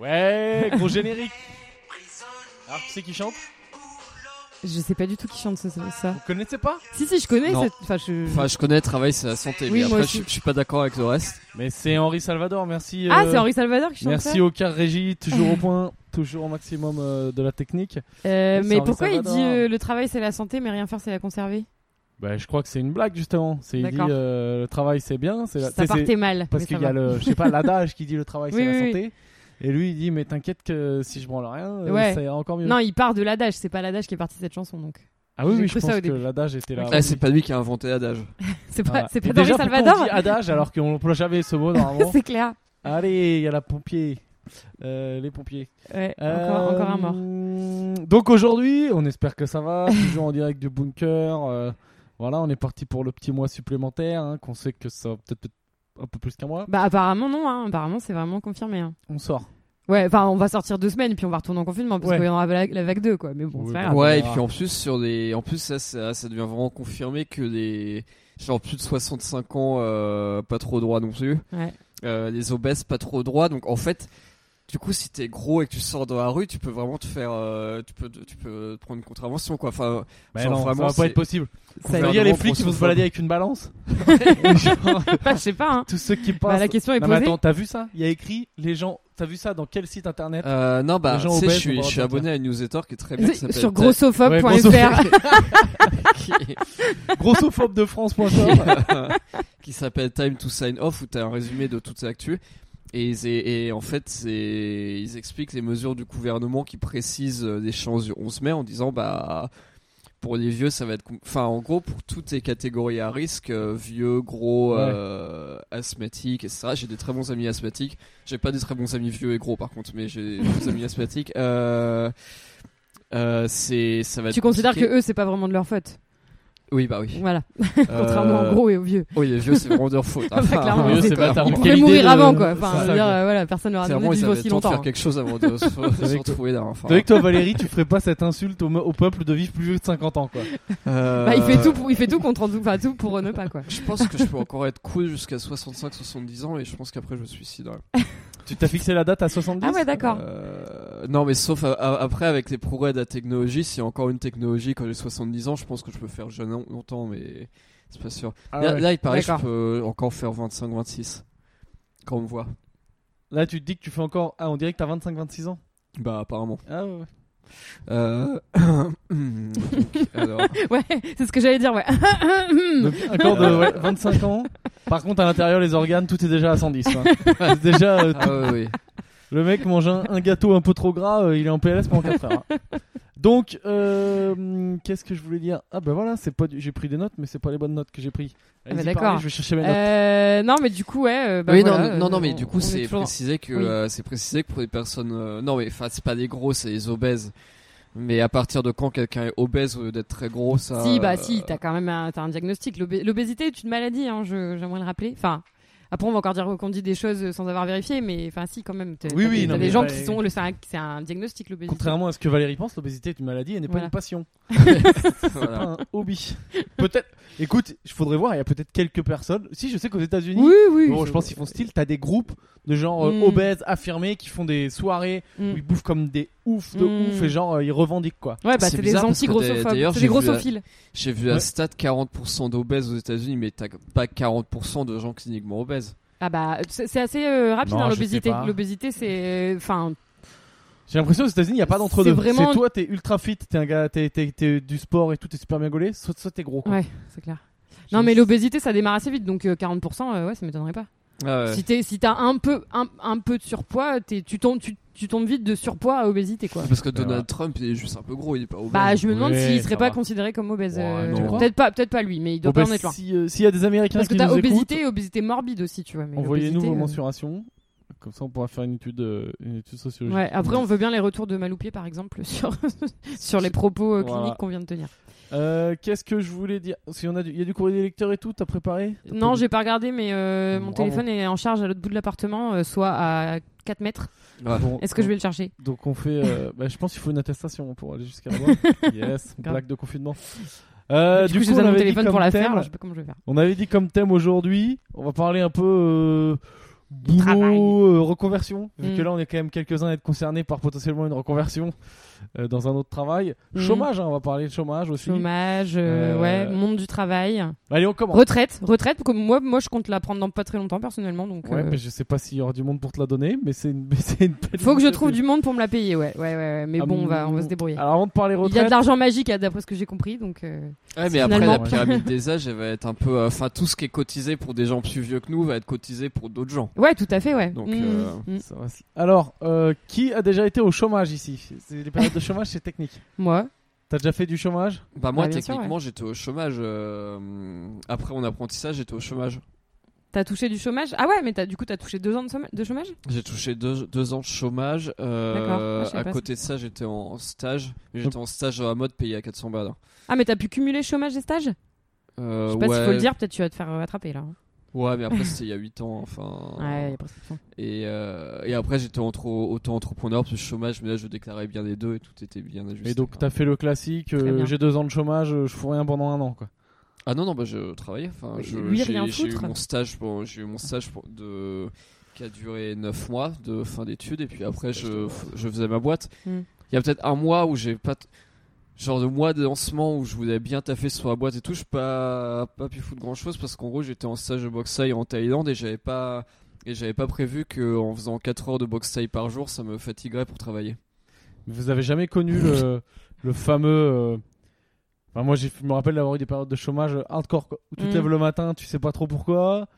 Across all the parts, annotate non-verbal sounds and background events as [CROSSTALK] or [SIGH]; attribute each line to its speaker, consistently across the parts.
Speaker 1: Ouais, [LAUGHS] gros générique. Alors, tu sais qui chante
Speaker 2: Je sais pas du tout qui chante ça. ça- ça.
Speaker 1: Vous connaissez pas
Speaker 2: Si, si, je connais.
Speaker 3: Non.
Speaker 2: cette- Enfin, je...
Speaker 3: Enfin, je connais Travail, c'est la santé,
Speaker 2: Oui,
Speaker 3: mais
Speaker 2: moi
Speaker 3: après,
Speaker 2: aussi.
Speaker 3: je, je suis pas d'accord avec le reste.
Speaker 1: Mais c'est Henri Salvador, merci.
Speaker 2: Ah,
Speaker 1: euh,
Speaker 2: c'est Henri Salvador qui chante ça.
Speaker 1: Merci au car régie,
Speaker 2: [LAUGHS]
Speaker 1: toujours au point, toujours au maximum euh, de la technique.
Speaker 2: Euh,
Speaker 1: Oui, c'est
Speaker 2: mais
Speaker 1: Henri
Speaker 2: pourquoi il
Speaker 1: Salvador. hein.
Speaker 2: dit euh, le travail c'est la santé, mais rien faire c'est la conserver
Speaker 1: Bah, je crois que c'est une blague justement. C'est il dit
Speaker 2: D'accord.
Speaker 1: euh, le travail c'est bien, c'est la... tu
Speaker 2: Ça
Speaker 1: sais, c'est-
Speaker 2: partait mal.
Speaker 1: parce
Speaker 2: mais
Speaker 1: qu'il
Speaker 2: ça
Speaker 1: y a
Speaker 2: va.
Speaker 1: le je
Speaker 2: [LAUGHS]
Speaker 1: sais pas l'adage qui dit le travail c'est
Speaker 2: Oui,
Speaker 1: la
Speaker 2: oui, oui.
Speaker 1: santé et lui il dit mais t'inquiète que si je branle rien, euh,
Speaker 2: Ouais.
Speaker 1: c'est encore mieux.
Speaker 2: Non, il part de l'adage. C'est pas l'adage qui est parti de cette chanson, donc
Speaker 1: ah oui,
Speaker 2: j'ai
Speaker 1: oui je
Speaker 2: cru ça
Speaker 1: pense
Speaker 2: au
Speaker 1: que
Speaker 2: début.
Speaker 1: l'adage était là.
Speaker 3: Ah, c'est pas lui qui a inventé l'adage.
Speaker 2: c'est pas,
Speaker 1: Voilà.
Speaker 2: [LAUGHS] c'est
Speaker 1: Et
Speaker 2: pas
Speaker 1: déjà,
Speaker 2: Henri
Speaker 1: pourquoi on
Speaker 2: Salvador.
Speaker 1: dit
Speaker 2: [LAUGHS]
Speaker 1: adage alors [LAUGHS] qu'on peut jamais ce mot normalement.
Speaker 2: c'est clair.
Speaker 1: Allez, il y a la pompier. Euh, les pompiers.
Speaker 2: Ouais, encore, encore un mort.
Speaker 1: Euh, Donc aujourd'hui, on espère que ça
Speaker 2: [LAUGHS]
Speaker 1: va. Toujours en direct du bunker. euh, voilà, on est parti pour le petit mois supplémentaire. hein, qu'on sait que ça va peut-être être un peu plus qu'un mois.
Speaker 2: Bah apparemment non, hein. apparemment c'est vraiment confirmé. hein.
Speaker 1: On sort.
Speaker 2: Ouais, enfin on va sortir deux semaines puis on va retourner en confinement parce
Speaker 1: Ouais.
Speaker 2: qu'il y aura la, la vague 2 quoi. Mais bon,
Speaker 1: Oui,
Speaker 2: c'est
Speaker 1: bah,
Speaker 2: pas
Speaker 1: Ah,
Speaker 2: grave.
Speaker 3: ouais, et
Speaker 1: bah.
Speaker 3: puis en plus, sur des... en plus ça, ça, ça devient vraiment confirmé que des. Genre plus de 65 ans, euh, pas trop droit non plus.
Speaker 2: Ouais. [LAUGHS]
Speaker 3: Euh, les obèses, pas trop droit. Donc en fait, du coup, si t'es gros et que tu sors dans la rue, tu peux vraiment te faire. euh, tu, peux, tu peux te prendre une contravention, quoi. Enfin,
Speaker 1: Bah
Speaker 3: Genre,
Speaker 1: non,
Speaker 3: vraiment,
Speaker 1: ça va pas
Speaker 3: c'est-
Speaker 1: être possible.
Speaker 2: Ça
Speaker 1: Il
Speaker 3: Gouvernement
Speaker 1: y a les flics qui vont se
Speaker 3: grossophobe.
Speaker 1: balader avec
Speaker 3: [LAUGHS]
Speaker 1: une balance. Genre,
Speaker 2: Bah, je sais pas. Hein.
Speaker 1: tous ceux qui
Speaker 2: Bah,
Speaker 1: passent.
Speaker 2: la question est
Speaker 1: non, mais
Speaker 2: posée.
Speaker 1: attends, t'as vu ça Il y a écrit les gens. T'as vu ça dans quel site internet [LAUGHS]
Speaker 3: Euh, non, bah,
Speaker 1: Les
Speaker 3: tu
Speaker 1: gens
Speaker 3: sais, je
Speaker 1: obèses, on
Speaker 3: suis,
Speaker 1: va
Speaker 3: je suis
Speaker 1: en
Speaker 3: abonné à une newsletter qui est
Speaker 1: [LAUGHS] eh
Speaker 3: très bien. qui s'appelle
Speaker 2: [LAUGHS] Sur
Speaker 3: Ta-
Speaker 1: ben, Ouais,
Speaker 2: grossophobe.fr.
Speaker 1: grossophobe. [LAUGHS]
Speaker 3: qui-
Speaker 1: Grossophobe de France.com.
Speaker 3: [LAUGHS] qui s'appelle Time to Sign Off où t'as un résumé de toute l'actu. Et, ils- et- et en fait, c'est- ils expliquent les mesures du gouvernement qui précisent euh, l'échéance du 11 mai en disant bah pour les vieux ça va être com- enfin en gros pour toutes les catégories à risque euh, vieux gros euh, asthmatiques etc j'ai des très bons amis asthmatiques j'ai pas des très bons amis vieux et gros par contre mais j'ai des amis asthmatiques euh, euh, c'est ça va être
Speaker 2: Tu considères que
Speaker 3: compliqué.
Speaker 2: eux c'est pas vraiment de leur faute.
Speaker 3: oui bah oui
Speaker 2: Voilà. [LAUGHS] Contrairement
Speaker 3: Euh,
Speaker 2: aux gros et aux vieux.
Speaker 3: oui les vieux c'est vraiment de leur faute hein.
Speaker 2: [LAUGHS] Enfin, clairement,
Speaker 3: les vieux,
Speaker 2: c'est-
Speaker 3: pas leur
Speaker 1: bâtard.
Speaker 2: Ils
Speaker 3: faute.
Speaker 1: quelle
Speaker 2: pourraient
Speaker 1: idée
Speaker 2: mourir
Speaker 1: de-
Speaker 2: avant quoi. Enfin,
Speaker 1: c'est ça,
Speaker 2: je veux dire,
Speaker 1: quoi.
Speaker 2: euh, voilà, personne n'aura
Speaker 3: Clairement,
Speaker 2: demandé de
Speaker 3: ils
Speaker 2: vivre
Speaker 3: avaient
Speaker 2: aussi
Speaker 3: le temps de
Speaker 2: longtemps. hein.
Speaker 3: faire quelque chose avant
Speaker 2: [LAUGHS]
Speaker 3: de se, de se retrouver là. Enfin,
Speaker 1: T'as vu que toi, Valérie, tu ferais pas cette insulte au, me- au peuple de vivre plus vieux de 50 ans, quoi.
Speaker 3: euh,
Speaker 2: Bah, il fait tout, pour, il fait tout contre, enfin tout pour ne pas quoi. [LAUGHS]
Speaker 3: Je pense que je peux encore être cool jusqu'à 65-70 ans et je pense qu'après je me suicide. ouais.
Speaker 1: Tu t'as fixé la date à 70
Speaker 2: Ah ouais, d'accord.
Speaker 3: Euh, non, mais sauf à- à- après avec les progrès de la technologie, s'il y a encore une technologie quand j'ai 70 ans, je pense que je peux faire jeune long- longtemps, mais c'est pas sûr.
Speaker 1: Ah ouais.
Speaker 3: là,
Speaker 1: là,
Speaker 3: là, il paraît que je
Speaker 2: D'accord.
Speaker 3: peux encore faire 25-26 quand on me voit.
Speaker 1: tu te dis que tu fais encore. Ah, on dirait que t'as 25-26 ans.
Speaker 3: Bah, apparemment.
Speaker 1: Ah ouais.
Speaker 3: Euh... [COUGHS]
Speaker 2: [LAUGHS]
Speaker 3: donc, alors,
Speaker 2: Ouais, c'est ce que j'allais dire. Ouais. [LAUGHS]
Speaker 3: [LAUGHS]
Speaker 1: Donc, encore de ouais, 25 ans. Par contre, à l'intérieur, les organes, tout est déjà à 110. hein. C'est déjà. euh,
Speaker 3: ah ouais, ouais.
Speaker 1: le mec mange un, un gâteau un peu trop gras, euh, il est en PLS pendant 4 heures. hein. Donc, euh, hum, qu'est-ce que je voulais dire Ah bah voilà, c'est pas. du- J'ai pris des notes, mais c'est pas les bonnes notes que j'ai pris.
Speaker 2: bah
Speaker 1: Allez-y,
Speaker 2: d'accord.
Speaker 1: parlez, Je vais chercher mes notes.
Speaker 2: Euh, non, mais du coup, ouais. euh, bah
Speaker 3: oui,
Speaker 2: voilà,
Speaker 3: non,
Speaker 2: euh,
Speaker 3: non, non, mais
Speaker 2: on-
Speaker 3: du
Speaker 2: on
Speaker 3: coup,
Speaker 2: est
Speaker 3: c'est
Speaker 2: toujours-
Speaker 3: précisé que
Speaker 2: Oui.
Speaker 3: euh, c'est précisé que pour les personnes, euh, non, mais enfin, c'est pas des gros, c'est les obèses. Mais à partir de quand quelqu'un est obèse au lieu d'être très gros, ça.
Speaker 2: Si,
Speaker 3: euh,
Speaker 2: bah si, t'as quand même un, t'as un diagnostic. L'obé- L'obésité est une maladie, hein, je- j'aimerais le rappeler. Enfin, après, on va encore dire qu'on dit des choses sans avoir vérifié, mais enfin, si, quand même. T'as
Speaker 1: Oui,
Speaker 2: t'as
Speaker 1: oui, non,
Speaker 2: des- t'as
Speaker 1: mais
Speaker 2: des gens
Speaker 1: bah,
Speaker 2: qui sont. le- C'est un, c'est un diagnostic, l'obésité.
Speaker 1: Contrairement à ce que Valérie pense, l'obésité est une maladie et n'est pas
Speaker 2: Voilà.
Speaker 1: une passion.
Speaker 3: euh, voilà.
Speaker 2: [LAUGHS]
Speaker 1: un hobby. Peut-être. Écoute, il faudrait voir. Il y a peut-être quelques personnes. Si je sais qu'aux États-Unis,
Speaker 2: Oui, oui.
Speaker 1: bon, je pense qu'ils font style. T'as des groupes de genre euh,
Speaker 2: Mm.
Speaker 1: obèses, affirmés, qui font des soirées
Speaker 2: Mm.
Speaker 1: où ils bouffent comme des oufs de
Speaker 2: Mm.
Speaker 1: ouf et genre euh, ils revendiquent quoi.
Speaker 2: Ouais, bah
Speaker 3: C'est
Speaker 2: c'est des
Speaker 3: bizarre parce que
Speaker 2: anti-grossophobes.
Speaker 3: d'ailleurs,
Speaker 2: C'est
Speaker 3: j'ai
Speaker 2: des
Speaker 3: vu la-
Speaker 2: grossophiles.
Speaker 3: J'ai vu à
Speaker 1: Ouais.
Speaker 3: stat 40% d'obèses aux États-Unis, mais t'as pas 40% de gens cliniquement obèses.
Speaker 2: Ah bah, c'est c'est assez euh, rapide,
Speaker 1: Non,
Speaker 2: hein,
Speaker 1: je sais
Speaker 2: l'obésité.
Speaker 1: pas.
Speaker 2: L'obésité, c'est. Enfin,
Speaker 1: J'ai l'impression aux États-Unis, il y a pas d'entre deux.
Speaker 2: C'est vraiment-
Speaker 1: C'est toi, t'es ultra fit, t'es un gars, t'es, t'es- t'es du sport et tout, t'es super bien gaulé. Soit, soit t'es gros. quoi.
Speaker 2: ouais, c'est clair. Non, mais l'obésité, ça démarre assez vite, donc euh, 40%, euh, ouais, ça m'étonnerait pas.
Speaker 3: Ah ouais.
Speaker 2: Si t'es- si t'as un peu un, un peu de surpoids, t'es- tu tombes tu, tu tombes vite de surpoids à obésité quoi.
Speaker 3: Parce que Donald
Speaker 1: voilà.
Speaker 3: Trump, il est juste un peu gros, il est pas obèse.
Speaker 2: Ah, Bah je me demande
Speaker 1: Ouais,
Speaker 2: s'il serait
Speaker 1: ça
Speaker 2: pas
Speaker 1: va.
Speaker 2: considéré comme obèse.
Speaker 3: Ouais,
Speaker 2: euh,
Speaker 3: non.
Speaker 2: peut-être pas peut-être pas lui, mais il doit
Speaker 1: Bon,
Speaker 2: pas en
Speaker 1: bah,
Speaker 2: être loin.
Speaker 1: si, euh, s'il y a des Américains
Speaker 2: Parce que
Speaker 1: qui
Speaker 2: t'as
Speaker 1: nous
Speaker 2: obésité
Speaker 1: écoutent,
Speaker 2: et obésité morbide aussi, tu vois. mais
Speaker 1: envoyez-nous
Speaker 2: l'obésité,
Speaker 1: vos
Speaker 2: euh,
Speaker 1: mensurations. Comme ça, on pourra faire une étude, euh, une étude sociologique.
Speaker 2: Ouais, après on veut bien les retours de Maloupier par exemple [LAUGHS] sur sur les propos euh, cliniques
Speaker 1: Voilà.
Speaker 2: qu'on vient de tenir.
Speaker 1: Euh, qu'est-ce que je voulais dire Si on a du... Il y a du courrier des lecteurs et tout, t'as préparé T'as
Speaker 2: Non,
Speaker 1: pas-
Speaker 2: j'ai pas regardé mais euh, mon
Speaker 1: Bravo.
Speaker 2: téléphone est en charge à l'autre bout de l'appartement euh, soit à 4 mètres.
Speaker 3: Ouais.
Speaker 1: Bon,
Speaker 2: Est-ce que je vais le chercher
Speaker 1: Donc on fait.
Speaker 2: [LAUGHS]
Speaker 1: euh, bah, je pense qu'il faut une attestation pour aller jusqu'à là-bas. yes,
Speaker 2: Grave.
Speaker 1: blague de
Speaker 2: [LAUGHS]
Speaker 1: confinement. Euh,
Speaker 2: Du coup, j'ai
Speaker 1: on
Speaker 2: besoin de mon
Speaker 1: avait dit
Speaker 2: téléphone pour
Speaker 1: comme
Speaker 2: la
Speaker 1: thème-
Speaker 2: faire, alors je sais pas comment je vais faire.
Speaker 1: On avait dit comme thème aujourd'hui, on va parler un peu euh,
Speaker 2: Travail.
Speaker 1: boulot, euh, reconversion, vu
Speaker 2: Mm.
Speaker 1: que là on est quand même quelques-uns à être concernés par potentiellement une reconversion euh, dans un autre travail.
Speaker 2: Mm.
Speaker 1: Chômage, hein, on va parler de chômage aussi.
Speaker 2: Chômage, euh,
Speaker 1: Euh,
Speaker 2: ouais, monde du travail.
Speaker 1: Allez, on commence.
Speaker 2: Retraite, retraite, comme moi, moi je compte la prendre dans pas très longtemps personnellement, donc
Speaker 1: Ouais,
Speaker 2: euh,
Speaker 1: mais je sais pas s'il y aura du monde pour te la donner, mais c'est une, [LAUGHS] mais c'est une belle
Speaker 2: faut que je
Speaker 1: initiative.
Speaker 2: trouve du monde pour me la payer, ouais, ouais, ouais, ouais, mais
Speaker 1: Ah,
Speaker 2: bon, on va, on va se
Speaker 1: mm,
Speaker 2: débrouiller.
Speaker 1: Alors avant de parler
Speaker 2: Il y a de
Speaker 1: retraite,
Speaker 2: l'argent magique, hein, d'après ce que j'ai compris, donc. euh,
Speaker 3: Ouais, mais
Speaker 2: Finalement.
Speaker 3: après la
Speaker 1: Ouais.
Speaker 2: [LAUGHS]
Speaker 3: pyramide des âges, elle va être un peu. euh, Enfin, tout ce qui est cotisé pour des gens plus vieux que nous va être cotisé pour d'autres gens.
Speaker 2: Ouais, tout à fait, ouais.
Speaker 3: Donc,
Speaker 2: Mm,
Speaker 3: euh,
Speaker 2: mm.
Speaker 1: Ça va se- alors euh, qui a déjà été au chômage ici C'est- Les
Speaker 2: [LAUGHS]
Speaker 1: périodes de chômage, c'est technique.
Speaker 2: Moi,
Speaker 1: T'as déjà fait du chômage
Speaker 3: Bah moi,
Speaker 2: Ouais, bien sûr,
Speaker 3: techniquement, j'étais au chômage. euh, Après mon apprentissage, j'étais au chômage.
Speaker 2: t'as touché du chômage Ah ouais, mais t'as- du coup, t'as touché deux ans de chôma- de chômage
Speaker 3: J'ai touché deux, deux ans de chômage. euh,
Speaker 2: D'accord. Ah, je savais
Speaker 3: à
Speaker 2: pas
Speaker 3: côté de ça, j'étais en, en stage. Mais j'étais
Speaker 1: Hum.
Speaker 3: en stage à mode payé à 400 balles. hein.
Speaker 2: Ah, mais t'as pu cumuler chômage et stage
Speaker 3: Euh,
Speaker 2: Je sais pas s'il faut
Speaker 3: ouais.
Speaker 2: le dire, peut-être tu vas te faire euh, attraper là.
Speaker 3: Ouais, mais après,
Speaker 2: [LAUGHS]
Speaker 3: c'était il y a 8 ans. Enfin.
Speaker 2: Ouais, y a prescription.
Speaker 3: Et, euh, et après, j'étais entre- auto-entrepreneur, parce que chômage, mais là, je déclarais bien les deux et tout était bien ajusté.
Speaker 1: Et donc t'as fait le classique,
Speaker 2: Très
Speaker 1: euh,
Speaker 2: bien.
Speaker 1: j'ai deux ans de chômage, euh, je fous rien pendant un an quoi.
Speaker 3: Ah non, non, bah je travaillais. Enfin,
Speaker 2: Oui,
Speaker 3: je-
Speaker 2: lui,
Speaker 3: j'ai
Speaker 2: rien
Speaker 3: j'ai eu
Speaker 2: foutre.
Speaker 3: mon stage, pour- j'ai eu mon stage pour- de, qui a duré 9 mois de fin d'études, et puis après, je, je faisais ma boîte. Il
Speaker 2: Hmm.
Speaker 3: y a peut-être un mois où j'ai pas. t- Genre de mois de lancement où je voulais bien taffer sur la boîte et tout, je pas pas pu foutre grand chose parce qu'en gros j'étais en stage de boxe thaï en Thaïlande et j'avais pas et j'avais pas prévu que en faisant 4 heures de boxe thaï par jour ça me fatiguerait pour travailler.
Speaker 1: Mais Vous avez jamais connu
Speaker 2: [LAUGHS]
Speaker 1: le, le fameux. euh, enfin, moi, j'ai- je me rappelle d'avoir eu des périodes de chômage euh, hardcore, quoi, où tu
Speaker 2: Mm.
Speaker 1: te lèves le matin, tu sais pas trop pourquoi,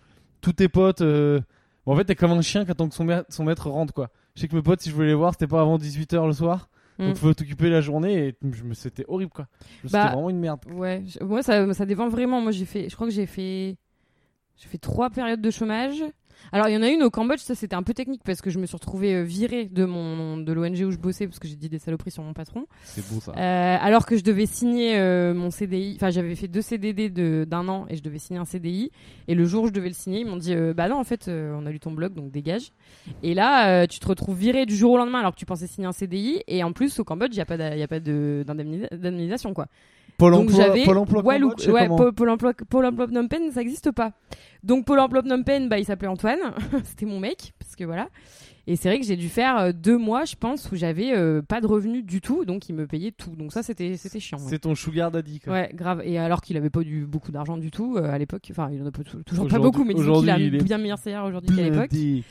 Speaker 1: tous tes potes. euh, bon, en fait, t'es comme un chien qui attend que son, ma- son maître rentre, quoi. Je sais que mes potes, si je voulais les voir, c'était pas avant 18h le soir.
Speaker 2: Mm.
Speaker 1: Donc, faut t'occuper la journée et je me... c'était horrible, quoi. Je-
Speaker 2: Bah,
Speaker 1: C'était vraiment une merde.
Speaker 2: Ouais, je- moi ça, ça dépend vraiment. Moi j'ai fait, je crois que j'ai fait, j'ai fait trois périodes de chômage. Alors il y en a une au Cambodge, ça c'était un peu technique parce que je me suis retrouvée euh, virée de mon de l'ONG où je bossais parce que j'ai dit des saloperies sur mon patron.
Speaker 1: C'est beau, ça.
Speaker 2: Euh, alors que je devais signer euh, mon CDI, enfin j'avais fait deux CDD de- d'un an et je devais signer un CDI. Et le jour où je devais le signer, ils m'ont dit euh, bah non en fait euh, on a lu ton blog donc dégage. Et là euh, tu te retrouves viré du jour au lendemain alors que tu pensais signer un CDI et en plus au Cambodge il y a pas d'a- y a pas de- d'indemnisa- d'indemnisation quoi.
Speaker 1: Pôle
Speaker 2: Donc
Speaker 1: emploi,
Speaker 2: j'avais
Speaker 1: Pôle emploi,
Speaker 2: Walou-
Speaker 1: Cambodge, c'est
Speaker 2: ouais,
Speaker 1: comment
Speaker 2: Pôle, Pôle emploi, Pôle emploi Phnom Penh, ça n'existe pas. Donc Pôle emploi Phnom Penh, bah, il s'appelait Antoine, [LAUGHS] c'était mon mec, parce que voilà. Et c'est vrai que j'ai dû faire euh, deux mois, je pense, où j'avais euh, pas de revenus du tout, donc il me payait tout. Donc ça, c'était c'était chiant. ouais.
Speaker 1: C'est ton sugar daddy, quoi.
Speaker 2: Ouais, grave. Et alors qu'il avait pas eu beaucoup d'argent du tout euh, à l'époque, enfin il en a pas- toujours pas
Speaker 1: Aujourd'hui-
Speaker 2: beaucoup, mais disons qu'il a un
Speaker 1: aujourd'hui, il est
Speaker 2: bien meilleur salaire aujourd'hui qu'à l'époque.
Speaker 1: Bloody.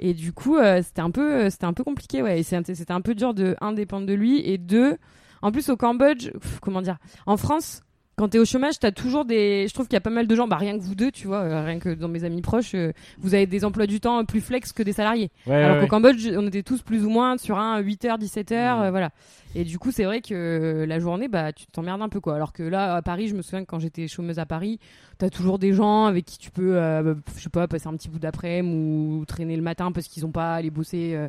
Speaker 2: Et du coup, euh, c'était un peu, euh, c'était un peu compliqué, ouais. Et c'est- C'était un peu dur de un dépendre de lui et deux. En plus, au Cambodge, pff, comment dire, en France. Quand t'es au chômage, t'as toujours des. Je trouve qu'il y a pas mal de gens, bah rien que vous deux, tu vois, euh, rien que dans mes amis proches, euh, vous avez des emplois du temps plus flex que des salariés.
Speaker 1: Ouais,
Speaker 2: Alors
Speaker 1: ouais,
Speaker 2: qu'au
Speaker 1: ouais.
Speaker 2: Cambodge, on était tous plus ou moins sur un 8h, 17h,
Speaker 1: Mm.
Speaker 2: euh, voilà. Et du coup, c'est vrai que euh, la journée, bah, tu t'emmerdes un peu, quoi. Alors que là, à Paris, je me souviens que quand j'étais chômeuse à Paris, t'as toujours des gens avec qui tu peux, euh, je sais pas, passer un petit bout d'après-midi ou traîner le matin parce qu'ils ont pas allé bosser euh,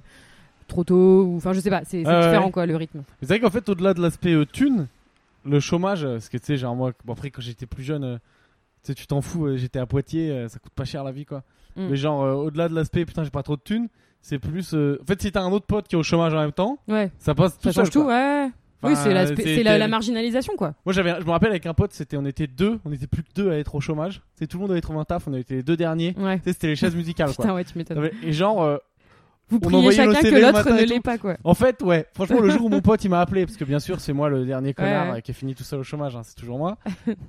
Speaker 2: trop tôt. Ou... Enfin, je sais pas, c'est c'est
Speaker 1: Ouais,
Speaker 2: différent,
Speaker 1: ouais.
Speaker 2: quoi, le rythme.
Speaker 1: Mais C'est vrai qu'en fait, au-delà de l'aspect euh, thune, le chômage, euh, parce que tu sais, genre moi, bon, après quand j'étais plus jeune, euh, tu sais, tu t'en fous, euh, j'étais à Poitiers, euh, ça coûte pas cher la vie quoi.
Speaker 2: Mm.
Speaker 1: Mais genre, euh, au-delà de l'aspect putain, j'ai pas trop de thunes, c'est plus. euh, En fait, si t'as un autre pote qui est au chômage en même temps,
Speaker 2: Ouais,
Speaker 1: ça passe tout
Speaker 2: ça change
Speaker 1: seul,
Speaker 2: tout,
Speaker 1: quoi.
Speaker 2: ouais. oui,
Speaker 1: Enfin,
Speaker 2: c'est l'aspect-
Speaker 1: t'es-
Speaker 2: c'est la,
Speaker 1: t'es-
Speaker 2: la marginalisation, quoi.
Speaker 1: Moi, j'avais, je me rappelle avec un pote, c'était, on était deux, on était plus que deux à être au chômage. C'est tout le monde avait trouvé un taf, on avait été les deux derniers.
Speaker 2: Ouais.
Speaker 1: Tu sais, c'était les chaises musicales quoi.
Speaker 2: Putain, ouais, tu m'étonnes.
Speaker 1: Et genre, euh,
Speaker 2: Vous
Speaker 1: on
Speaker 2: priez
Speaker 1: envoyait nos
Speaker 2: chacun
Speaker 1: CV
Speaker 2: que
Speaker 1: le
Speaker 2: l'autre
Speaker 1: matin
Speaker 2: ne
Speaker 1: et
Speaker 2: l'est pas, quoi.
Speaker 1: En fait, ouais. Franchement,
Speaker 2: [LAUGHS]
Speaker 1: le jour où mon pote il m'a appelé, parce que bien sûr c'est moi le dernier connard
Speaker 2: ouais.
Speaker 1: euh, qui est fini tout seul au chômage, hein, c'est toujours moi.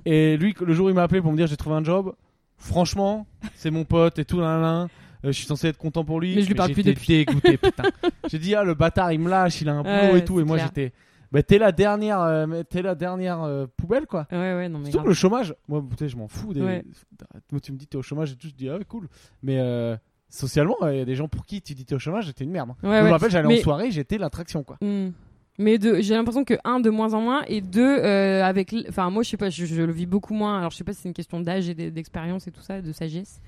Speaker 1: Et lui, le jour où il m'a appelé pour me dire j'ai trouvé un job, franchement, c'est mon pote et tout, nan, nan, nan. Euh, je suis censé être content pour lui.
Speaker 2: Mais je lui parle plus
Speaker 1: j'étais
Speaker 2: [LAUGHS]
Speaker 1: dégoûté, putain. J'ai dit ah le bâtard il me lâche, il a un boulot
Speaker 2: Ouais,
Speaker 1: et tout, et
Speaker 2: c'est
Speaker 1: moi
Speaker 2: clair.
Speaker 1: j'étais, bah t'es la dernière, euh, mais t'es la dernière euh, poubelle quoi.
Speaker 2: Ouais, ouais, non, mais.
Speaker 1: Surtout
Speaker 2: grave.
Speaker 1: que le chômage, moi putain, je m'en fous. Des...
Speaker 2: Ouais.
Speaker 1: Moi tu me dis t'es au chômage et tout, je dis ah ouais, cool, mais. euh, Socialement, il y a des gens pour qui tu dis t'es au chômage, j'étais une merde.
Speaker 2: Ouais,
Speaker 1: Je me
Speaker 2: ouais.
Speaker 1: rappelle, j'allais
Speaker 2: Mais-
Speaker 1: en soirée, j'étais l'attraction quoi.
Speaker 2: Hmm. Mais de- j'ai l'impression que un de moins en moins et deux euh, avec, l- enfin moi je sais pas, je, je le vis beaucoup moins. Alors je sais pas si c'est une question d'âge et d- d'expérience et tout ça, de sagesse,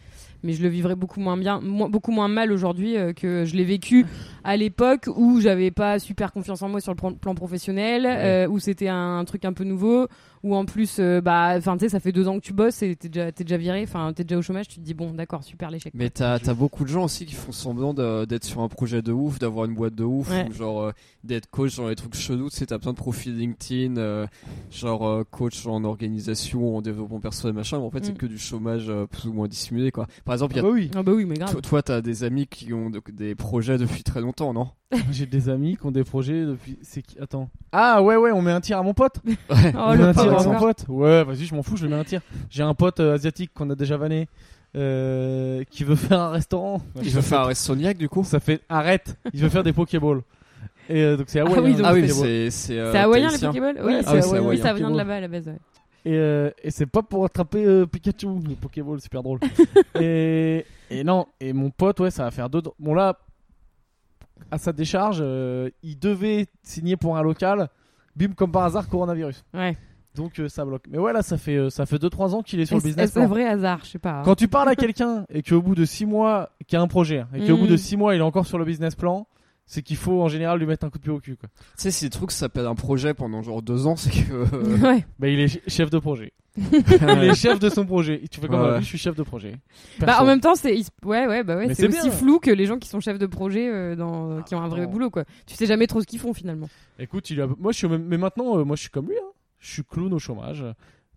Speaker 2: mais je le vivrais beaucoup moins bien, moins- beaucoup moins mal aujourd'hui euh, que je l'ai vécu à l'époque où j'avais pas super confiance en moi sur le plan plan professionnel,
Speaker 1: Ouais.
Speaker 2: euh, où c'était un, truc un peu nouveau, où en plus, euh, bah, enfin, tu sais, ça fait deux ans que tu bosses et t'es déjà, t'es déjà viré, enfin, t'es déjà au chômage, tu te dis bon, d'accord, super
Speaker 1: [LAUGHS]
Speaker 2: l'échec.
Speaker 3: Mais t'as t'as beaucoup de gens aussi qui font semblant de- d'être sur un projet de ouf, d'avoir une boîte de ouf,
Speaker 2: Ouais.
Speaker 3: ou genre euh, d'être coach dans les trucs chelous. Tu sais, t'as plein de profils LinkedIn, euh, genre euh, coach en organisation, en développement personnel, machin. Mais en fait, c'est
Speaker 2: Mm.
Speaker 3: que du chômage euh, plus ou moins dissimulé, quoi. Par exemple, il y
Speaker 1: Ah
Speaker 3: a
Speaker 1: bah oui,
Speaker 2: Ah bah oui, mais grave.
Speaker 3: Toi, toi, t'as des amis qui ont de- des projets depuis très longtemps, non
Speaker 1: [LAUGHS] j'ai des amis qui ont des projets depuis. C'est qui Attends. Ah ouais, ouais, on met un tir à mon pote.
Speaker 2: Oh,
Speaker 1: on met
Speaker 2: le
Speaker 3: par
Speaker 1: un tir à
Speaker 2: pauvre.
Speaker 3: exemple.
Speaker 1: mon pote. Ouais, vas-y, je m'en fous, je lui mets un tir. J'ai un pote euh, asiatique qu'on a déjà vanné euh, qui veut faire un restaurant.
Speaker 3: [LAUGHS] Il veut faire un Soniac, du coup
Speaker 1: Ça fait arrête. Il veut faire des Pokéballs. Et euh, donc c'est hawaïen.
Speaker 2: Ah oui, donc
Speaker 3: Ah oui, mais
Speaker 1: Pokéball.
Speaker 3: c'est. C'est euh,
Speaker 2: C'est hawaïen les
Speaker 3: tahitien.
Speaker 2: Pokéballs
Speaker 1: Ouais,
Speaker 2: ah Oui,
Speaker 1: c'est
Speaker 2: c'est
Speaker 3: hawaïen,
Speaker 2: hawaïen. Oui, ça vient
Speaker 1: Pokéball.
Speaker 2: de là-bas à la base. ouais.
Speaker 1: Et, euh, et c'est pas pour attraper euh, Pikachu, le Pokéball, super drôle. et, et non, et mon pote, ouais, ça va faire deux. Bon, là, à sa décharge, euh, il devait signer pour un local. Bim, comme par hasard, coronavirus.
Speaker 2: Ouais.
Speaker 1: Donc euh, ça bloque. Mais ouais, là, ça fait 2-3 ans qu'il est sur le
Speaker 2: Est-ce
Speaker 1: business.
Speaker 2: est-ce un
Speaker 1: plan.
Speaker 2: vrai hasard Je sais pas. hein.
Speaker 1: Quand tu parles à quelqu'un et qu'au bout de 6 mois, qui a un projet, hein, et qu'au
Speaker 2: Mm.
Speaker 1: bout de 6 mois, il est encore sur le business plan, c'est qu'il faut en général lui mettre un coup de pied au cul. Quoi.
Speaker 3: Tu sais, si le truc s'appelle un projet pendant genre deux ans, c'est que. [LAUGHS] euh,
Speaker 2: [LAUGHS] Ouais.
Speaker 1: Bah, il est ch- chef de
Speaker 2: [LAUGHS]
Speaker 1: projet. il est chef de son projet. Tu fais comme
Speaker 3: Ouais.
Speaker 1: lui, je suis chef de projet.
Speaker 2: Bah,
Speaker 1: Perso.
Speaker 2: en même temps, c'est il se- ouais, ouais, bah ouais,
Speaker 1: Mais
Speaker 2: c'est
Speaker 1: c'est
Speaker 2: aussi
Speaker 1: bien.
Speaker 2: flou que les gens qui sont chefs de projet euh, dans...
Speaker 1: Ah,
Speaker 2: qui ont un vrai
Speaker 1: non.
Speaker 2: boulot quoi. Tu sais jamais trop ce qu'ils font finalement.
Speaker 1: Écoute, il a... moi je suis au même- mais maintenant euh, moi je suis comme lui hein. Je suis clown au chômage.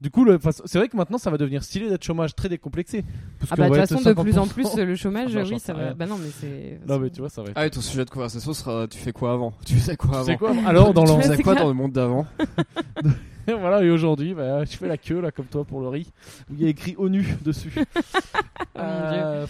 Speaker 1: Du coup, le... enfin, c'est vrai que maintenant ça va devenir stylé d'être chômage très décomplexé. Parce
Speaker 2: Ah
Speaker 1: qu'on
Speaker 2: bah de
Speaker 1: va
Speaker 2: toute
Speaker 1: être
Speaker 2: façon, de plus en
Speaker 1: 50%.
Speaker 2: plus, euh, le chômage,
Speaker 1: Ah, bah,
Speaker 2: oui,
Speaker 1: j'en
Speaker 2: ça
Speaker 1: sais
Speaker 2: va.
Speaker 1: rien.
Speaker 2: Bah non, mais c'est.
Speaker 1: [LAUGHS] Non mais tu vois, ça va être.
Speaker 3: Ah, et ton sujet de conversation sera tu fais quoi avant Tu faisais quoi
Speaker 1: Tu
Speaker 3: avant
Speaker 1: sais quoi Alors
Speaker 2: [LAUGHS]
Speaker 1: dans
Speaker 2: Tu
Speaker 1: l'an
Speaker 3: Tu
Speaker 2: Ouais,
Speaker 3: faisais
Speaker 2: c'est
Speaker 3: quoi
Speaker 2: clair.
Speaker 3: dans le monde d'avant
Speaker 1: [LAUGHS] voilà et aujourd'hui, bah, je fais la queue là comme toi pour le riz où il y a écrit ONU
Speaker 2: [LAUGHS]
Speaker 1: dessus.
Speaker 2: Oh
Speaker 1: Euh,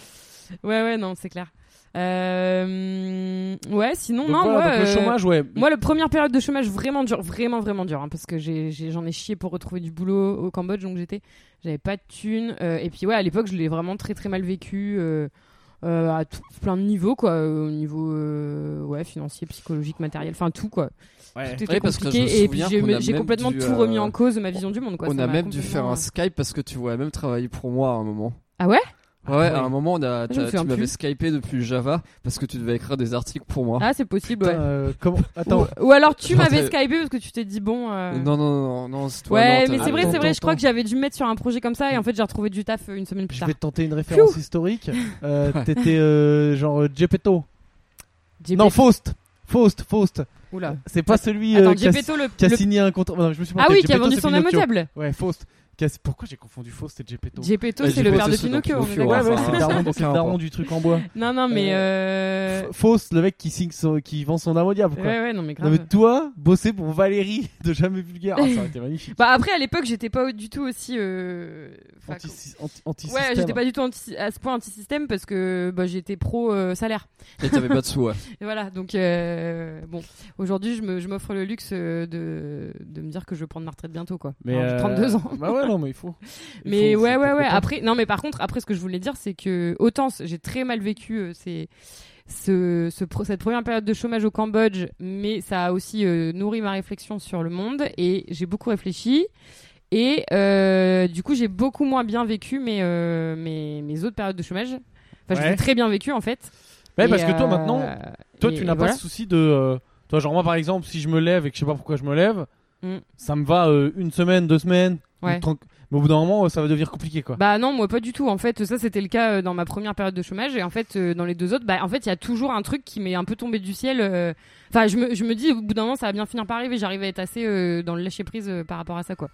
Speaker 2: Ouais, ouais, non, c'est clair. Euh, Ouais, sinon,
Speaker 1: donc
Speaker 2: non,
Speaker 1: voilà,
Speaker 2: moi.
Speaker 1: donc le
Speaker 2: euh,
Speaker 1: chômage, ouais.
Speaker 2: Moi, la première période de chômage vraiment dure, vraiment, vraiment dure, hein, parce que j'ai- j'ai- j'en ai, chié pour retrouver du boulot au Cambodge, donc j'étais, j'avais pas de thunes. euh, et puis, ouais, à l'époque, je l'ai vraiment très, très mal vécu, euh, euh, à tout- plein de niveaux, quoi, euh, au niveau euh, ouais, financier, psychologique, matériel, enfin tout, quoi.
Speaker 1: Ouais.
Speaker 2: Tout était
Speaker 3: Ouais, parce que je me
Speaker 2: compliqué, et puis
Speaker 3: souviens
Speaker 2: j'ai
Speaker 3: qu'on a
Speaker 2: me- j'ai
Speaker 3: même
Speaker 2: complètement
Speaker 3: dû,
Speaker 2: tout
Speaker 3: euh,
Speaker 2: remis en cause, ma vision du monde, quoi.
Speaker 3: On
Speaker 2: ça
Speaker 3: a
Speaker 2: m'a
Speaker 3: même dû faire
Speaker 2: complètement,
Speaker 3: un
Speaker 2: euh,
Speaker 3: Skype parce que tu voulais même travailler pour moi à un moment.
Speaker 2: Ah ouais
Speaker 3: Ouais,
Speaker 1: ouais.
Speaker 3: à un moment, on a,
Speaker 2: me
Speaker 3: t'as-
Speaker 2: souviens
Speaker 3: tu m'avais
Speaker 2: plus.
Speaker 3: Skypé depuis le Java parce que tu devais écrire des articles pour moi.
Speaker 2: Ah, c'est possible, ouais.
Speaker 1: Putain, euh, comment- Attends,
Speaker 2: Ou, ou alors tu
Speaker 3: Je
Speaker 2: m'avais
Speaker 3: pensais-
Speaker 2: skypé parce que tu t'es dit, bon. euh,
Speaker 3: Non, non, non, non, non, c'est toi.
Speaker 2: Ouais,
Speaker 3: non,
Speaker 2: mais
Speaker 3: t'as-
Speaker 2: c'est vrai,
Speaker 1: attends,
Speaker 2: c'est vrai. Je
Speaker 1: attends.
Speaker 2: crois que j'avais dû me mettre sur un projet comme ça et en fait j'ai retrouvé du taf euh, une semaine plus
Speaker 1: je
Speaker 2: tard.
Speaker 1: vais te tenter une référence
Speaker 2: [LAUGHS]
Speaker 1: historique. Euh, T'étais euh, genre euh, Gepetto.
Speaker 2: J'ai
Speaker 1: Non,
Speaker 2: pété-
Speaker 1: Faust. Faust, Faust.
Speaker 2: Oula.
Speaker 1: C'est pas celui euh,
Speaker 2: Attends,
Speaker 1: qui a-
Speaker 2: Gepetto, le,
Speaker 1: qui a
Speaker 2: le-
Speaker 1: signé un contrat. Non, je me suis
Speaker 2: Ah
Speaker 1: planté.
Speaker 2: oui, qui a
Speaker 1: Gepetto,
Speaker 2: vendu
Speaker 1: c'est
Speaker 2: son âme au
Speaker 1: Pinocchio.
Speaker 2: diable.
Speaker 1: Ouais, Faust. Qui a- Pourquoi j'ai confondu Faust et Gepetto
Speaker 2: Gepetto,
Speaker 3: Ouais,
Speaker 2: c'est le
Speaker 3: Gepetto,
Speaker 2: père de
Speaker 3: c'est dans
Speaker 2: Pinocchio. on est
Speaker 3: Pinocchio,
Speaker 1: Ouais,
Speaker 2: d'accord.
Speaker 1: ouais,
Speaker 3: Enfin,
Speaker 1: c'est le daron,
Speaker 3: aucun
Speaker 1: c'est le daron
Speaker 3: rapport.
Speaker 1: du truc en bois.
Speaker 2: Non, non, mais. euh,
Speaker 1: F- Faust, le mec qui, signe son- qui vend son âme au diable.
Speaker 2: Ouais,
Speaker 1: Quoi.
Speaker 2: ouais, non, mais
Speaker 1: Non, mais
Speaker 2: grave.
Speaker 1: toi, bosser pour Valérie [LAUGHS] de Jamais Vulgaire. Ah, ça aurait été
Speaker 2: [LAUGHS]
Speaker 1: magnifique.
Speaker 2: Bah, après, à l'époque, j'étais pas du tout aussi. euh, enfin,
Speaker 1: Anti-
Speaker 2: co-
Speaker 1: anti- anti-système.
Speaker 2: Ouais, j'étais pas du tout anti- à ce point anti-système parce que bah, j'étais pro euh, salaire.
Speaker 3: Et t'avais pas de sous,
Speaker 2: [LAUGHS]
Speaker 3: ouais.
Speaker 2: Et voilà, donc euh, bon, aujourd'hui je me- je m'offre le luxe euh, de, de me dire que je vais prendre ma retraite bientôt quoi.
Speaker 1: Mais,
Speaker 2: Alors, j'ai
Speaker 1: euh,
Speaker 2: 32 ans.
Speaker 1: Bah ouais, non, mais il faut.
Speaker 2: [LAUGHS]
Speaker 1: Il
Speaker 2: Mais
Speaker 1: faut-
Speaker 2: ouais,
Speaker 1: faut-
Speaker 2: ouais,
Speaker 1: faut-
Speaker 2: ouais.
Speaker 1: faut-
Speaker 2: Après, non, mais par contre, après, ce que je voulais dire, c'est que autant c- j'ai très mal vécu euh, ces- ce, ce pro- cette première période de chômage au Cambodge, mais ça a aussi euh, nourri ma réflexion sur le monde et j'ai beaucoup réfléchi. Et euh, du coup, j'ai beaucoup moins bien vécu mes, euh, mes, mes autres périodes de chômage. Enfin, je les ai
Speaker 1: Ouais.
Speaker 2: très bien vécu en fait.
Speaker 1: Ouais,
Speaker 2: Et,
Speaker 1: parce que toi,
Speaker 2: euh,
Speaker 1: maintenant, toi,
Speaker 2: et-
Speaker 1: tu
Speaker 2: et
Speaker 1: n'as pas
Speaker 2: voilà.
Speaker 1: ce souci de. euh, Toi, genre, moi, par exemple, si je me lève et que je sais pas pourquoi je me lève,
Speaker 2: Mm.
Speaker 1: ça me va euh, une semaine, deux semaines.
Speaker 2: Ouais.
Speaker 1: une tranqu- Mais au bout d'un moment, euh, ça va devenir compliqué, quoi.
Speaker 2: Bah non, moi pas du tout. En fait, ça c'était le cas euh, dans ma première période de chômage et en fait euh, dans les deux autres, bah en fait il y a toujours un truc qui m'est un peu tombé du ciel. euh. Enfin, je me je me dis au bout d'un moment ça va bien finir par arriver. J'arrive à être assez euh, dans le lâcher prise euh, par rapport à ça quoi.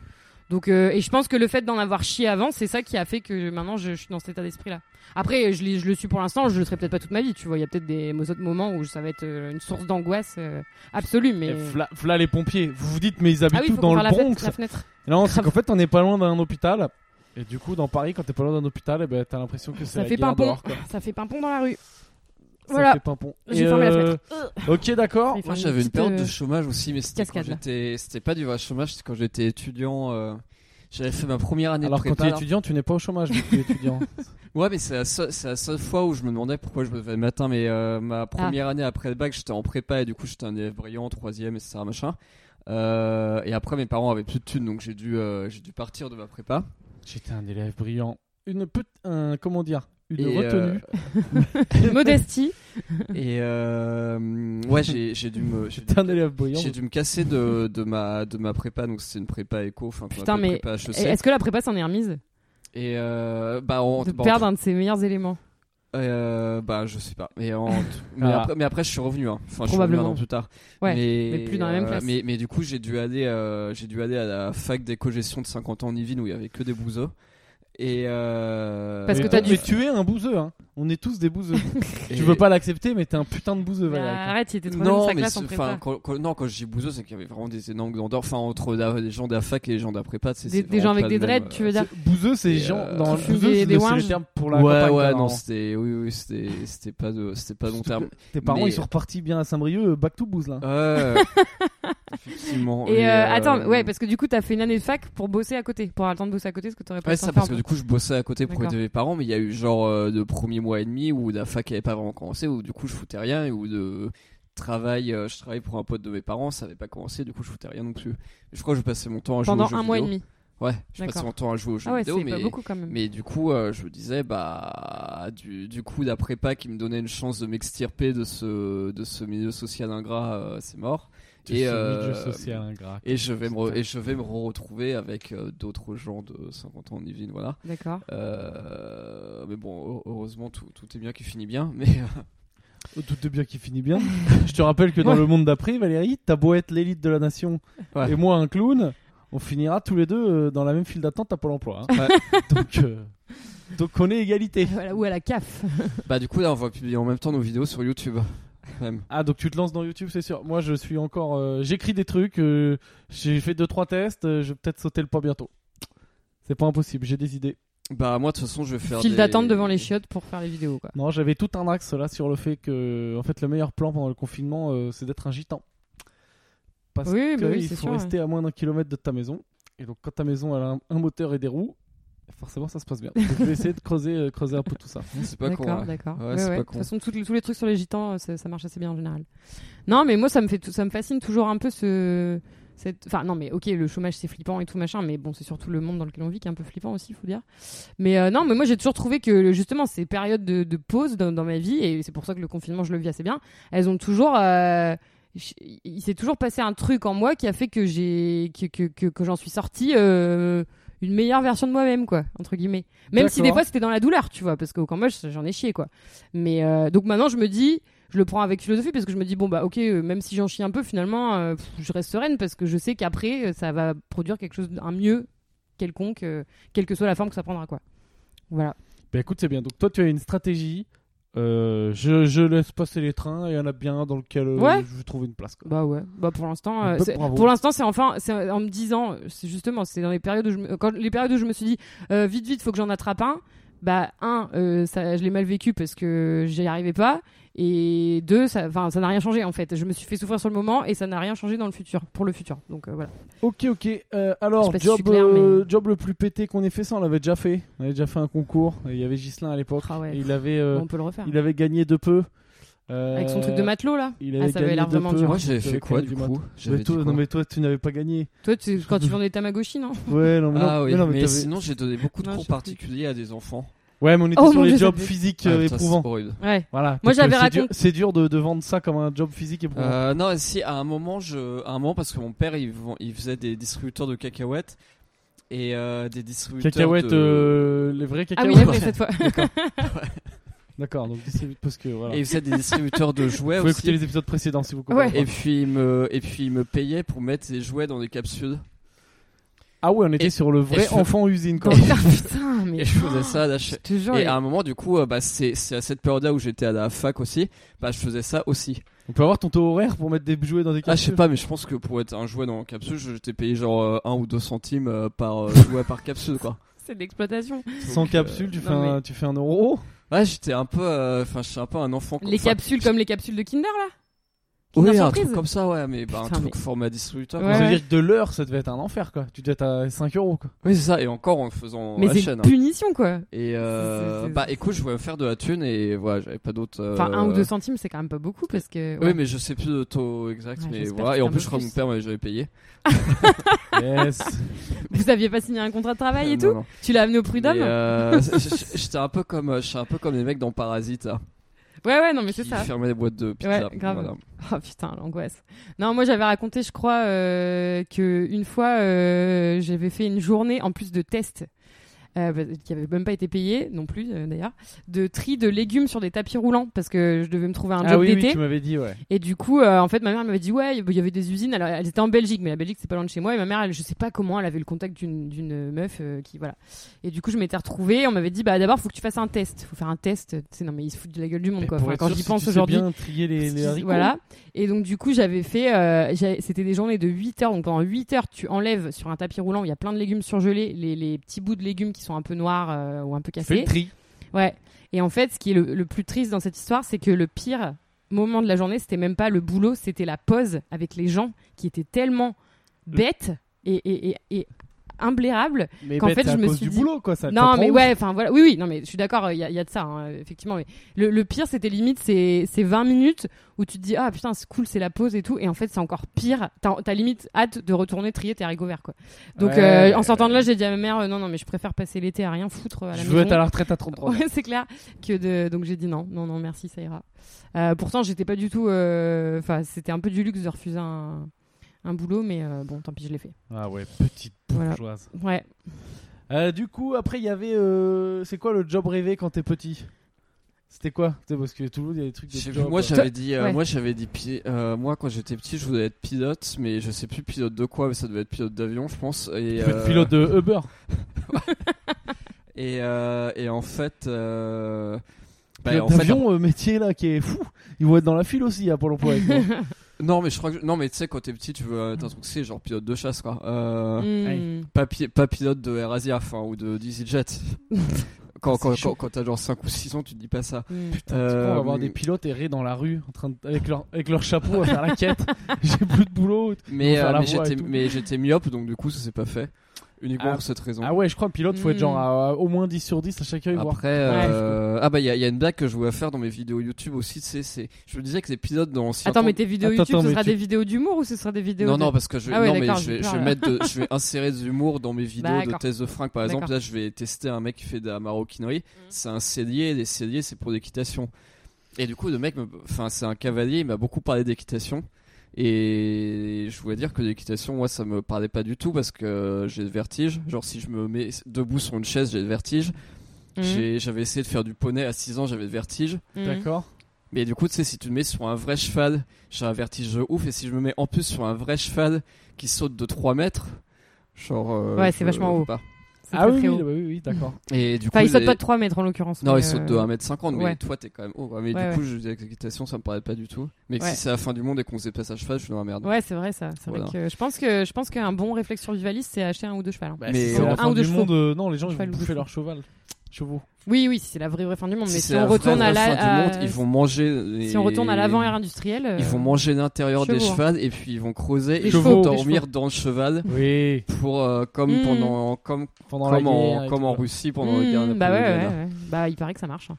Speaker 2: Donc euh, et je pense que le fait d'en avoir chié avant, c'est ça qui a fait que maintenant je, je suis dans cet état d'esprit là. Après je, l'ai- je le suis pour l'instant, je le serai peut-être pas toute ma vie. Tu vois, il y a peut-être des autres moments où ça va être euh, une source d'angoisse euh, absolue. Mais euh,
Speaker 1: Et v'là- v'là les pompiers. Vous vous dites, mais ils habitent
Speaker 2: ah oui,
Speaker 1: tous
Speaker 2: faut
Speaker 1: dans
Speaker 2: qu'on
Speaker 1: le
Speaker 2: la, fête-
Speaker 1: Bronx.
Speaker 2: la fenêtre.
Speaker 1: Non, c'est qu'en fait, on est pas loin d'un hôpital. Et du coup, dans Paris, quand t'es pas loin d'un hôpital, eh ben, t'as l'impression que c'est
Speaker 2: Ça
Speaker 1: la
Speaker 2: fait
Speaker 1: guerre
Speaker 2: pimpon.
Speaker 1: dehors, quoi.
Speaker 2: Ça fait pimpon dans la rue.
Speaker 1: Ça
Speaker 2: [LAUGHS] Voilà.
Speaker 1: fait pimpon.
Speaker 2: J'ai
Speaker 1: Et,
Speaker 2: fermé la
Speaker 1: euh,
Speaker 2: fenêtre.
Speaker 1: Ok, d'accord.
Speaker 2: [LAUGHS] J'ai fait
Speaker 3: Oh, Moi
Speaker 2: une
Speaker 3: j'avais une
Speaker 2: petite,
Speaker 3: période de
Speaker 2: euh,
Speaker 3: chômage aussi, mais c'était quand
Speaker 2: cascade, là.
Speaker 3: j'étais. C'était pas du vrai chômage, c'était quand j'étais étudiant. euh, J'avais fait ma première année
Speaker 1: Alors,
Speaker 3: de
Speaker 1: quand
Speaker 3: prépa.
Speaker 1: t'es
Speaker 3: là.
Speaker 1: étudiant, tu n'es pas au chômage, vu que t'es étudiant. [LAUGHS]
Speaker 3: Ouais, mais c'est la, seule- c'est la seule fois où je me demandais pourquoi je me levais le matin. Mais euh,
Speaker 2: Ah.
Speaker 3: ma première année après le bac, j'étais en prépa et du coup, j'étais un élève brillant, troisième, etc. Machin. Euh, et après, mes parents avaient plus de thunes, donc j'ai dû, euh, j'ai dû partir de ma prépa.
Speaker 1: J'étais un élève brillant. Une pet- un, comment dire une
Speaker 3: Et,
Speaker 1: retenue. [LAUGHS]
Speaker 2: [LAUGHS] Modestie.
Speaker 3: Et euh, ouais, j'ai j'ai dû me j'ai dû
Speaker 1: T'es un élève brillant.
Speaker 3: J'ai dû me casser de, de, ma, de ma prépa, donc c'était une prépa éco, enfin
Speaker 2: Putain,
Speaker 3: ma
Speaker 2: mais
Speaker 3: prépa
Speaker 2: Et
Speaker 3: HEC.
Speaker 2: Est-ce que la prépa s'en est remise
Speaker 3: Et euh, bah, en,
Speaker 2: De
Speaker 3: bah, en-
Speaker 2: perdre un de ses meilleurs éléments.
Speaker 3: euh, bah, je sais pas. Et
Speaker 2: [LAUGHS]
Speaker 3: en- mais,
Speaker 1: Ah.
Speaker 3: après, mais après, je suis revenu, hein. enfin, je suis revenu
Speaker 2: Probablement.
Speaker 3: un an plus tard.
Speaker 2: Ouais, [LAUGHS]
Speaker 3: mais, euh,
Speaker 2: mais plus dans la même classe.
Speaker 3: Mais, mais du coup, j'ai dû, aller, euh, j'ai dû aller à la fac d'éco-gestion de 50 ans en Yvelines où il y avait que des bouseux. Et euh,
Speaker 2: Parce que
Speaker 1: Mais-
Speaker 2: t'as dû-
Speaker 1: Mais tu es un bouseux, hein. On est tous des bouseux.
Speaker 3: et-
Speaker 1: [LAUGHS] tu veux pas l'accepter, mais t'es un putain de bouseux,
Speaker 2: Bah,
Speaker 1: Valéric.
Speaker 2: arrête, il était trop dans
Speaker 3: Non,
Speaker 2: sa
Speaker 3: mais
Speaker 2: classe en
Speaker 3: c'est-
Speaker 2: prépa.
Speaker 3: enfin, quand, quand- non, quand je dis bouseux, c'est qu'il y avait vraiment des énormes grandeurs. Enfin, entre la- les gens de la fac et les gens de la prépa, c'est
Speaker 2: Des,
Speaker 3: c'est
Speaker 2: des gens
Speaker 3: vraiment
Speaker 2: avec
Speaker 3: pas
Speaker 2: des
Speaker 3: le même,
Speaker 2: dreads,
Speaker 3: euh,
Speaker 2: tu veux dire
Speaker 1: Bouseux, c'est les
Speaker 3: Et,
Speaker 1: gens
Speaker 3: euh,
Speaker 1: dans
Speaker 2: Qui
Speaker 1: le
Speaker 2: fument
Speaker 1: bouseux,
Speaker 2: des-
Speaker 1: c'est
Speaker 2: des
Speaker 1: le- c'est le
Speaker 2: ouinges.
Speaker 1: terme pour la
Speaker 3: ouais,
Speaker 1: campagne,
Speaker 3: ouais,
Speaker 1: alors.
Speaker 3: non, c'était, oui, oui, c'était, c'était pas de, c'était pas long
Speaker 1: Surtout
Speaker 3: terme.
Speaker 1: que Tes parents,
Speaker 3: Mais-
Speaker 1: ils sont repartis bien à Saint-Brieuc, euh, back to bouse, là.
Speaker 3: Euh,
Speaker 2: [LAUGHS]
Speaker 3: effectivement.
Speaker 2: Et euh, attends, ouais,
Speaker 3: parce
Speaker 2: parce que du coup, t'as fait une année de fac pour bosser à côté, pour avoir le temps de bosser à côté, ce que t'aurais pas
Speaker 3: Ouais,
Speaker 2: le temps
Speaker 3: ça,
Speaker 2: de faire
Speaker 3: parce que
Speaker 2: en
Speaker 3: du coup, je bossais à côté pour
Speaker 2: D'accord.
Speaker 3: aider mes parents, mais il y a eu genre euh, de premier mois et demi où la fac n'avait pas vraiment commencé, où du coup, je foutais rien, et où de travail, euh, je travaillais pour un pote de mes parents, ça n'avait pas commencé, du coup, je foutais rien non plus. Je crois que je passais mon temps à jouer
Speaker 2: Pendant
Speaker 3: aux jeux
Speaker 2: un mois et
Speaker 3: vidéo.
Speaker 2: demi.
Speaker 3: Ouais, je passais
Speaker 2: D'accord.
Speaker 3: mon temps à jouer aux jeux
Speaker 2: Ah ouais, c'est
Speaker 3: vidéo, mais.
Speaker 2: pas beaucoup quand même.
Speaker 3: Mais du coup, euh, je me disais, bah, du, du coup, la prépa qui me donnait une chance de m'extirper de ce, de ce milieu social ingrat, euh, c'est mort. Et, euh,
Speaker 1: ingrat.
Speaker 3: Et je vais me, re- et je vais me retrouver avec euh, d'autres gens de 50 ans en Yvelines, voilà.
Speaker 2: D'accord. [LAUGHS]
Speaker 3: Euh, mais bon, heu- heureusement, tout, tout est bien qui finit bien. Mais euh, [LAUGHS]
Speaker 1: Tout est bien qui finit bien. Je te rappelle que dans
Speaker 2: Ouais.
Speaker 1: le monde d'après, Valérie, t'as beau être l'élite de la nation
Speaker 3: Ouais.
Speaker 1: et moi un clown, on finira tous les deux euh, dans la même file d'attente à Pôle emploi. hein.
Speaker 3: Ouais.
Speaker 1: [LAUGHS] donc, euh, donc on est égalité.
Speaker 2: Voilà, Ou à la CAF.
Speaker 3: bah, du coup, là, on va publier en même temps nos vidéos sur YouTube. Même.
Speaker 1: Ah, donc tu te lances dans YouTube, c'est sûr. Moi, je suis encore. euh, J'écris des trucs, euh, j'ai fait deux trois tests, euh, je vais peut-être sauter le pas bientôt. C'est pas impossible, j'ai des idées.
Speaker 3: Bah, moi, de toute façon, je vais faire.
Speaker 2: File
Speaker 3: des-
Speaker 2: d'attente devant les chiottes pour faire les vidéos, quoi.
Speaker 1: Non, j'avais tout un axe là sur le fait que, en fait, le meilleur plan pendant le confinement, euh, c'est d'être un gitan. Parce
Speaker 2: Oui,
Speaker 1: que
Speaker 2: bah oui,
Speaker 1: il
Speaker 2: c'est
Speaker 1: faut
Speaker 2: sûr,
Speaker 1: rester à moins d'un kilomètre de ta maison. Et donc, quand ta maison elle a un, un moteur et des roues, forcément, ça se passe bien. Donc, je vais essayer de creuser, euh, creuser un peu tout ça.
Speaker 3: [LAUGHS] C'est pas con. hein.
Speaker 2: D'accord,
Speaker 3: ouais.
Speaker 2: d'accord.
Speaker 3: Ouais,
Speaker 2: Ouais,
Speaker 3: c'est pas
Speaker 2: ouais. De
Speaker 3: con.
Speaker 2: toute façon, tous les, tous les trucs sur les gitans, euh, ça, ça marche assez bien en général. Non, mais moi, ça me fait, tout- ça me fascine toujours un peu ce, cette, enfin non, mais ok, le chômage c'est flippant et tout machin, mais bon, c'est surtout le monde dans lequel on vit qui est un peu flippant aussi, faut dire. Mais euh, non, mais moi j'ai toujours trouvé que justement ces périodes de, de pause dans, dans ma vie et c'est pour ça que le confinement je le vis assez bien, elles ont toujours. euh, je- il s'est toujours passé un truc en moi qui a fait que j'ai que, que, que, que j'en suis sortie euh, une meilleure version de moi-même quoi entre guillemets même si des
Speaker 1: D'accord.
Speaker 2: fois c'était dans la douleur tu vois parce qu'au Cambodge j'en ai chié quoi mais euh, donc maintenant je me dis je le prends avec philosophie parce que je me dis bon bah ok euh, même si j'en chie un peu finalement euh, pff, je reste sereine parce que je sais qu'après euh, ça va produire quelque chose un mieux quelconque euh, quelle que soit la forme que ça prendra quoi voilà
Speaker 1: Bah écoute, c'est bien. Donc, toi, tu as une stratégie. Euh, je, je laisse passer les trains et il y en a bien un dans lequel euh,
Speaker 2: Ouais.
Speaker 1: je vais trouver une place. quoi.
Speaker 2: Bah ouais, bah pour l'instant,
Speaker 1: Un
Speaker 2: euh,
Speaker 1: peu
Speaker 2: c'est-
Speaker 1: bravo.
Speaker 2: pour l'instant c'est enfin, c'est en me disant, c'est justement, c'est dans les périodes où je, me- quand les périodes où je me suis dit, euh, vite vite faut que j'en attrape un. Bah un, euh, ça, je l'ai mal vécu parce que j'y arrivais pas, et deux, ça, enfin ça n'a rien changé en fait. Je me suis fait souffrir sur le moment et ça n'a rien changé dans le futur, pour le futur. Donc euh, voilà.
Speaker 1: Ok, ok. Euh,
Speaker 2: Je sais
Speaker 1: alors,
Speaker 2: pas si
Speaker 1: job,
Speaker 2: je suis claire,
Speaker 1: euh,
Speaker 2: hein, mais-
Speaker 1: job le plus pété qu'on ait fait, ça, on l'avait déjà fait. On avait déjà fait un concours. et Il y avait Gislin à l'époque.
Speaker 2: Ah ouais.
Speaker 1: Et il avait. euh,
Speaker 2: Bon, on peut le refaire.
Speaker 1: Il avait gagné de peu. Euh,
Speaker 2: Avec son truc de matelot là.
Speaker 1: Il
Speaker 2: Ah,
Speaker 1: avait
Speaker 2: ça avait
Speaker 1: gagné
Speaker 2: l'air
Speaker 1: de
Speaker 2: vraiment
Speaker 1: peu.
Speaker 2: dur.
Speaker 3: Moi, j'avais fait quoi
Speaker 1: Avec
Speaker 3: du
Speaker 1: Eddie
Speaker 3: coup J'avais
Speaker 1: Mais
Speaker 3: dit
Speaker 1: toi, non
Speaker 3: quoi
Speaker 1: mais toi tu n'avais pas
Speaker 2: [LAUGHS]
Speaker 1: gagné.
Speaker 2: Toi tu, quand tu vendais Tamagotchi non
Speaker 1: Ouais non mais
Speaker 3: Ah
Speaker 1: non,
Speaker 3: oui,
Speaker 1: mais, non,
Speaker 3: mais
Speaker 1: t'avais-
Speaker 3: sinon, j'ai donné beaucoup de
Speaker 2: Non, je
Speaker 3: cours
Speaker 2: sais plus.
Speaker 3: particuliers à des enfants.
Speaker 1: Ouais mais on était
Speaker 2: Oh,
Speaker 1: sur
Speaker 2: mon
Speaker 1: les
Speaker 2: Dieu,
Speaker 1: jobs
Speaker 2: ça me-
Speaker 1: physiques
Speaker 3: Ah,
Speaker 1: euh,
Speaker 3: putain, c'est
Speaker 1: éprouvants.
Speaker 3: horrible.
Speaker 2: Ouais.
Speaker 1: Voilà.
Speaker 2: Moi,
Speaker 1: parce que
Speaker 2: j'avais
Speaker 1: c'est dur-
Speaker 2: raconté-
Speaker 1: C'est dur de, de vendre ça comme un job physique éprouvant.
Speaker 3: Euh, non, si à un moment, je, à un moment, parce que mon père, il, vend- il faisait des distributeurs de cacahuètes et euh, des distributeurs
Speaker 1: Cacahuètes,
Speaker 3: de...
Speaker 1: euh, les vrais
Speaker 2: Ah oui,
Speaker 1: cacahuètes.
Speaker 2: la vraie, cette fois.
Speaker 1: [LAUGHS] D'accord, donc distribu- parce que voilà.
Speaker 3: et il faisait des distributeurs
Speaker 1: [LAUGHS]
Speaker 3: de jouets
Speaker 1: Vous pouvez euh, écouter
Speaker 3: aussi.
Speaker 1: les épisodes précédents si vous
Speaker 2: Ouais.
Speaker 1: comprenez. pas.
Speaker 3: Et puis il me, et puis il me payait pour mettre les jouets dans des capsules.
Speaker 1: Ah ouais, on était
Speaker 3: et-
Speaker 1: sur le vrai
Speaker 3: je-
Speaker 1: enfant
Speaker 3: [LAUGHS]
Speaker 1: usine quoi.
Speaker 2: Putain mais.
Speaker 3: Et je faisais ça à la cha-
Speaker 2: Je te jure.
Speaker 3: Et
Speaker 2: les-
Speaker 3: à un moment, du coup, euh, bah, c'est c'est à cette période-là où j'étais à la fac aussi, bah, je faisais ça aussi.
Speaker 1: On peut avoir ton taux horaire pour mettre des jouets dans des
Speaker 3: Ah, je sais
Speaker 1: capsules.
Speaker 3: pas, mais je pense que pour être un jouet dans une capsule, je j'étais payé genre 1 ou 2 centimes euh, par euh, jouet par capsule, quoi.
Speaker 2: C'est de l'exploitation.
Speaker 1: Sans
Speaker 3: Donc, euh,
Speaker 1: capsule, tu
Speaker 2: non,
Speaker 1: fais un-
Speaker 2: mais-
Speaker 1: tu fais un euro.
Speaker 3: Ouais, j'étais un peu, euh, enfin, je suis un peu un enfant. quoi.
Speaker 2: Les
Speaker 3: Enfin,
Speaker 2: capsules comme les capsules de Kinder là Kinder
Speaker 3: Oui, un
Speaker 2: Surprise.
Speaker 3: truc comme ça, ouais, mais bah, un
Speaker 2: Putain,
Speaker 3: truc format distributeur.
Speaker 2: Ouais.
Speaker 1: Ça veut dire que de l'heure, ça devait être un enfer quoi. Tu devais être à 5 euros quoi.
Speaker 3: Oui, c'est ça, et encore en le faisant
Speaker 2: Mais
Speaker 3: la
Speaker 2: c'est une
Speaker 3: chaîne. hein.
Speaker 2: punition quoi.
Speaker 3: Et euh,
Speaker 2: C'est- c'est-
Speaker 3: bah, écoute, je voulais me faire de la thune et voilà, j'avais pas d'autre. euh,
Speaker 2: Enfin, un ou deux centimes, c'est quand même pas beaucoup parce que.
Speaker 3: Oui,
Speaker 2: ouais.
Speaker 3: mais je sais plus le taux exact,
Speaker 2: Ouais,
Speaker 3: mais
Speaker 2: j'espère
Speaker 3: voilà.
Speaker 2: que
Speaker 3: Et en
Speaker 2: t'as
Speaker 3: plus, je crois que
Speaker 2: plus.
Speaker 3: mon père m'avait jamais payé.
Speaker 1: Yes.
Speaker 2: Vous aviez pas signé un contrat de
Speaker 1: Euh,
Speaker 2: travail et
Speaker 3: Non,
Speaker 2: tout
Speaker 3: non.
Speaker 2: Tu l'as amené au prud'homme
Speaker 3: Mais,
Speaker 2: [LAUGHS]
Speaker 3: euh, [LAUGHS] je- je- J'étais un peu comme, euh, je suis un peu comme les mecs dans Parasite, hein,
Speaker 2: Ouais, ouais, non, mais
Speaker 3: qui
Speaker 2: c'est ça.
Speaker 3: fermaient les boîtes de pizza.
Speaker 2: Ouais, grave.
Speaker 3: Voilà.
Speaker 2: Oh putain, l'angoisse. Non, moi j'avais raconté, je crois, euh, que une fois euh, j'avais fait une journée en plus de tests. euh, bah, qui avait même pas été payée non plus euh, d'ailleurs de tri de légumes sur des tapis roulants parce que je devais me trouver [LAUGHS] un
Speaker 1: Ah
Speaker 2: job
Speaker 1: oui,
Speaker 2: d'été
Speaker 1: oui, tu m'avais dit, ouais.
Speaker 2: et du coup euh, en fait ma mère m'avait dit ouais il y avait des usines alors elles étaient en Belgique mais la Belgique c'est pas loin de chez moi et ma mère elle, je sais pas comment elle avait le contact d'une d'une meuf euh, qui voilà et du coup je m'étais retrouvée on m'avait dit bah d'abord faut que tu fasses un test faut faire un test tu sais non mais ils se foutent de la gueule du monde quoi
Speaker 1: Pour
Speaker 2: euh, Enfin,
Speaker 1: être
Speaker 2: quand
Speaker 1: sûr,
Speaker 2: j'y
Speaker 1: si
Speaker 2: pense
Speaker 1: tu sais
Speaker 2: aujourd'hui
Speaker 1: bien trier les, les haricots.
Speaker 2: voilà. Et donc, du coup, j'avais fait. euh, j'avais- C'était des journées de 8 heures. Donc, pendant 8 heures, tu enlèves sur un tapis roulant, il y a plein de légumes surgelés, les, les petits bouts de légumes qui sont un peu noirs euh, ou un peu
Speaker 1: Fais le
Speaker 2: cassés.
Speaker 1: tri.
Speaker 2: Ouais. Et en fait, ce qui est le, le plus triste dans cette histoire, c'est que le pire moment de la journée, c'était même pas le boulot, c'était la pause avec les gens qui étaient tellement
Speaker 1: Mm.
Speaker 2: bêtes et, et, et, et imblairables
Speaker 1: Mais
Speaker 2: Qu'en
Speaker 1: bête,
Speaker 2: fait,
Speaker 1: c'est
Speaker 2: je
Speaker 1: à
Speaker 2: me
Speaker 1: cause
Speaker 2: suis
Speaker 1: du
Speaker 2: dit-
Speaker 1: boulot, quoi. Ça,
Speaker 2: non,
Speaker 1: ça
Speaker 2: mais
Speaker 1: prend
Speaker 2: ouais, enfin voilà, oui, oui, non, mais je suis d'accord, il y, a- il y a de ça, hein, effectivement. Mais le, le pire, c'était limite ces, ces 20 minutes où tu te dis, ah putain, c'est cool, c'est la pause et tout, et en fait, c'est encore pire. T'as t'as limite hâte de retourner trier tes haricots verts, quoi. Donc,
Speaker 1: Ouais.
Speaker 2: euh, en sortant de là, j'ai dit à ma mère, euh, non, non, mais je préfère passer l'été à rien foutre à la
Speaker 1: Je
Speaker 2: maison.
Speaker 1: veux être à la retraite à 33 ans.
Speaker 2: Ouais, c'est clair que de... donc j'ai dit non, non, non, merci, ça ira. Euh, pourtant, j'étais pas du tout, euh, enfin, c'était un peu du luxe de refuser un, un boulot, mais euh, bon, tant pis, je l'ai fait.
Speaker 1: Ah ouais, petite
Speaker 2: Voilà.
Speaker 1: bourgeoise.
Speaker 2: Ouais.
Speaker 1: Euh, du coup, après, il y avait. euh, C'est quoi le job rêvé quand t'es petit C'était quoi Tu sais, Parce que Toulouse, il y a des trucs de.
Speaker 3: Je sais plus,
Speaker 1: job,
Speaker 3: moi
Speaker 1: euh,
Speaker 3: j'avais dit, euh,
Speaker 2: Ouais.
Speaker 3: moi j'avais dit, pi- euh, moi quand j'étais petit, je voulais être pilote, mais je sais plus pilote de quoi, mais ça devait être pilote d'avion, je pense. Et,
Speaker 1: tu peux être
Speaker 3: euh,
Speaker 1: pilote de Uber.
Speaker 3: Et, euh, et en fait, euh, bah,
Speaker 1: Pilote
Speaker 3: en fait,
Speaker 1: d'avion, euh, métier là qui est fou. Ils vont être dans la file aussi à Pôle emploi avec moi.
Speaker 3: non mais je crois que non mais tu sais quand t'es petit, tu veux être un truc c'est genre pilote de chasse quoi. Euh,
Speaker 2: Hmm.
Speaker 3: pas, pi- pas pilote de AirAsia enfin, ou de d'EasyJet.
Speaker 1: [LAUGHS]
Speaker 3: quand quand, quand, quand t'as genre 5 ou 6 ans, tu te dis pas ça.
Speaker 2: Hmm.
Speaker 3: Euh,
Speaker 1: Parce qu'on va voir des pilotes errer dans la rue en train de- avec, leur, avec leur chapeau à faire
Speaker 3: [LAUGHS]
Speaker 1: la quête. J'ai plus de boulot.
Speaker 3: mais
Speaker 1: Ils vont faire
Speaker 3: euh,
Speaker 1: la
Speaker 3: mais
Speaker 1: voix et
Speaker 3: j'étais
Speaker 1: tout.
Speaker 3: mais j'étais myope donc du coup ça s'est pas fait uniquement
Speaker 1: Ah.
Speaker 3: pour cette raison.
Speaker 1: Ah ouais, je crois que pilote, faut être
Speaker 2: Mm.
Speaker 1: genre à- à au moins 10 sur 10 à chaque œil. voir.
Speaker 3: Après, euh, ah bah il y, a- il y a une blague que je voulais faire dans mes vidéos YouTube aussi. C'est, c'est, je me disais que les pilotes dans l'ancien
Speaker 2: Attends,
Speaker 3: temps-
Speaker 2: mais tes vidéos
Speaker 1: Attends,
Speaker 2: YouTube,
Speaker 1: attends,
Speaker 2: ce
Speaker 1: mais
Speaker 2: sera
Speaker 1: tu-
Speaker 2: des vidéos d'humour ou ce sera des vidéos
Speaker 3: non
Speaker 2: de-
Speaker 3: non parce que je
Speaker 2: Ah ouais,
Speaker 3: non mais
Speaker 2: d'accord,
Speaker 3: je vais,
Speaker 2: j'ai peur,
Speaker 3: je vais
Speaker 2: là.
Speaker 3: mettre de- je vais insérer de l'humour dans mes vidéos de
Speaker 2: D'accord.
Speaker 3: thèse de fringues par exemple.
Speaker 2: D'accord.
Speaker 3: Là
Speaker 2: Mm.
Speaker 3: je vais tester un mec qui fait de la maroquinerie. C'est un cellier. Les celliers c'est pour l'équitation. Et du coup le mec, me- enfin c'est un cavalier. Il m'a beaucoup parlé d'équitation. Et je voulais dire que l'équitation, moi, ça me parlait pas du tout parce que j'ai le vertige. Genre, si je me mets debout sur une chaise, j'ai le vertige.
Speaker 2: Mhm.
Speaker 3: bah, J'ai- J'avais essayé de faire du poney à 6 ans, j'avais le vertige.
Speaker 2: Mhm.
Speaker 1: D'accord.
Speaker 3: Mais du coup, tu sais, si tu te mets sur un vrai cheval, j'ai un vertige de ouf. Et si je me mets en plus sur un vrai cheval qui saute de 3 mètres, genre. euh,
Speaker 2: Ouais, c'est
Speaker 3: je-
Speaker 2: vachement
Speaker 3: je peux
Speaker 2: haut.
Speaker 3: pas.
Speaker 2: C'est
Speaker 1: Ah
Speaker 2: très,
Speaker 1: oui,
Speaker 2: très
Speaker 1: oui,
Speaker 2: haut.
Speaker 1: bah oui, oui, d'accord.
Speaker 3: Et du
Speaker 2: Enfin,
Speaker 3: coup,
Speaker 2: ils sautent
Speaker 3: les-
Speaker 2: pas de 3 mètres en l'occurrence.
Speaker 3: Non,
Speaker 2: mais,
Speaker 3: ils sautent de
Speaker 2: euh,
Speaker 3: 1m50, mais
Speaker 2: ouais.
Speaker 3: toi, t'es quand même haut. quoi. Mais
Speaker 2: Ouais,
Speaker 3: du coup, je dis avec l'équitation, ça me paraît pas du tout. Mais que
Speaker 2: Ouais.
Speaker 3: si c'est la fin du monde et qu'on se déplace à cheval, je suis dans la merde.
Speaker 2: Ouais, c'est vrai ça. C'est
Speaker 3: Voilà.
Speaker 2: vrai que je pense que je pense qu'un bon réflexe survivaliste, c'est acheter un ou deux chevals. hein.
Speaker 1: Bah,
Speaker 3: Mais
Speaker 1: si
Speaker 3: euh,
Speaker 1: c'est
Speaker 2: un
Speaker 1: la fin
Speaker 2: ou deux
Speaker 1: du
Speaker 2: chevaux.
Speaker 1: monde, euh, non, les gens ils
Speaker 2: Cheval
Speaker 1: vont
Speaker 2: ou deux
Speaker 1: bouffer
Speaker 2: chevaux.
Speaker 1: leur cheval.
Speaker 3: [LAUGHS]
Speaker 1: Chevaux.
Speaker 2: Oui, oui, si c'est la vraie vraie fin du monde. Mais si,
Speaker 3: c'est
Speaker 2: on
Speaker 3: la
Speaker 2: retourne
Speaker 3: vraie,
Speaker 2: à
Speaker 3: vraie fin
Speaker 2: la, euh,
Speaker 3: du monde, ils vont manger. les-
Speaker 2: si on retourne à l'avant-air industrielle, euh,
Speaker 3: Ils vont manger l'intérieur des
Speaker 2: chevaux, hein.
Speaker 3: chevals et puis ils vont creuser
Speaker 2: Des
Speaker 3: et ils vont
Speaker 1: chevaux, des
Speaker 3: dormir dans le cheval
Speaker 1: Oui,
Speaker 3: pour euh, comme
Speaker 2: Mhm.
Speaker 3: pendant comme
Speaker 1: pendant la
Speaker 3: comme
Speaker 1: guerre.
Speaker 3: en,
Speaker 1: et
Speaker 3: comme
Speaker 1: tout,
Speaker 3: en
Speaker 1: quoi.
Speaker 3: Russie pendant la guerre
Speaker 2: hmm, bah ouais, ouais,
Speaker 3: napoléonienne.
Speaker 2: ouais. Bah, il paraît que ça marche. hein.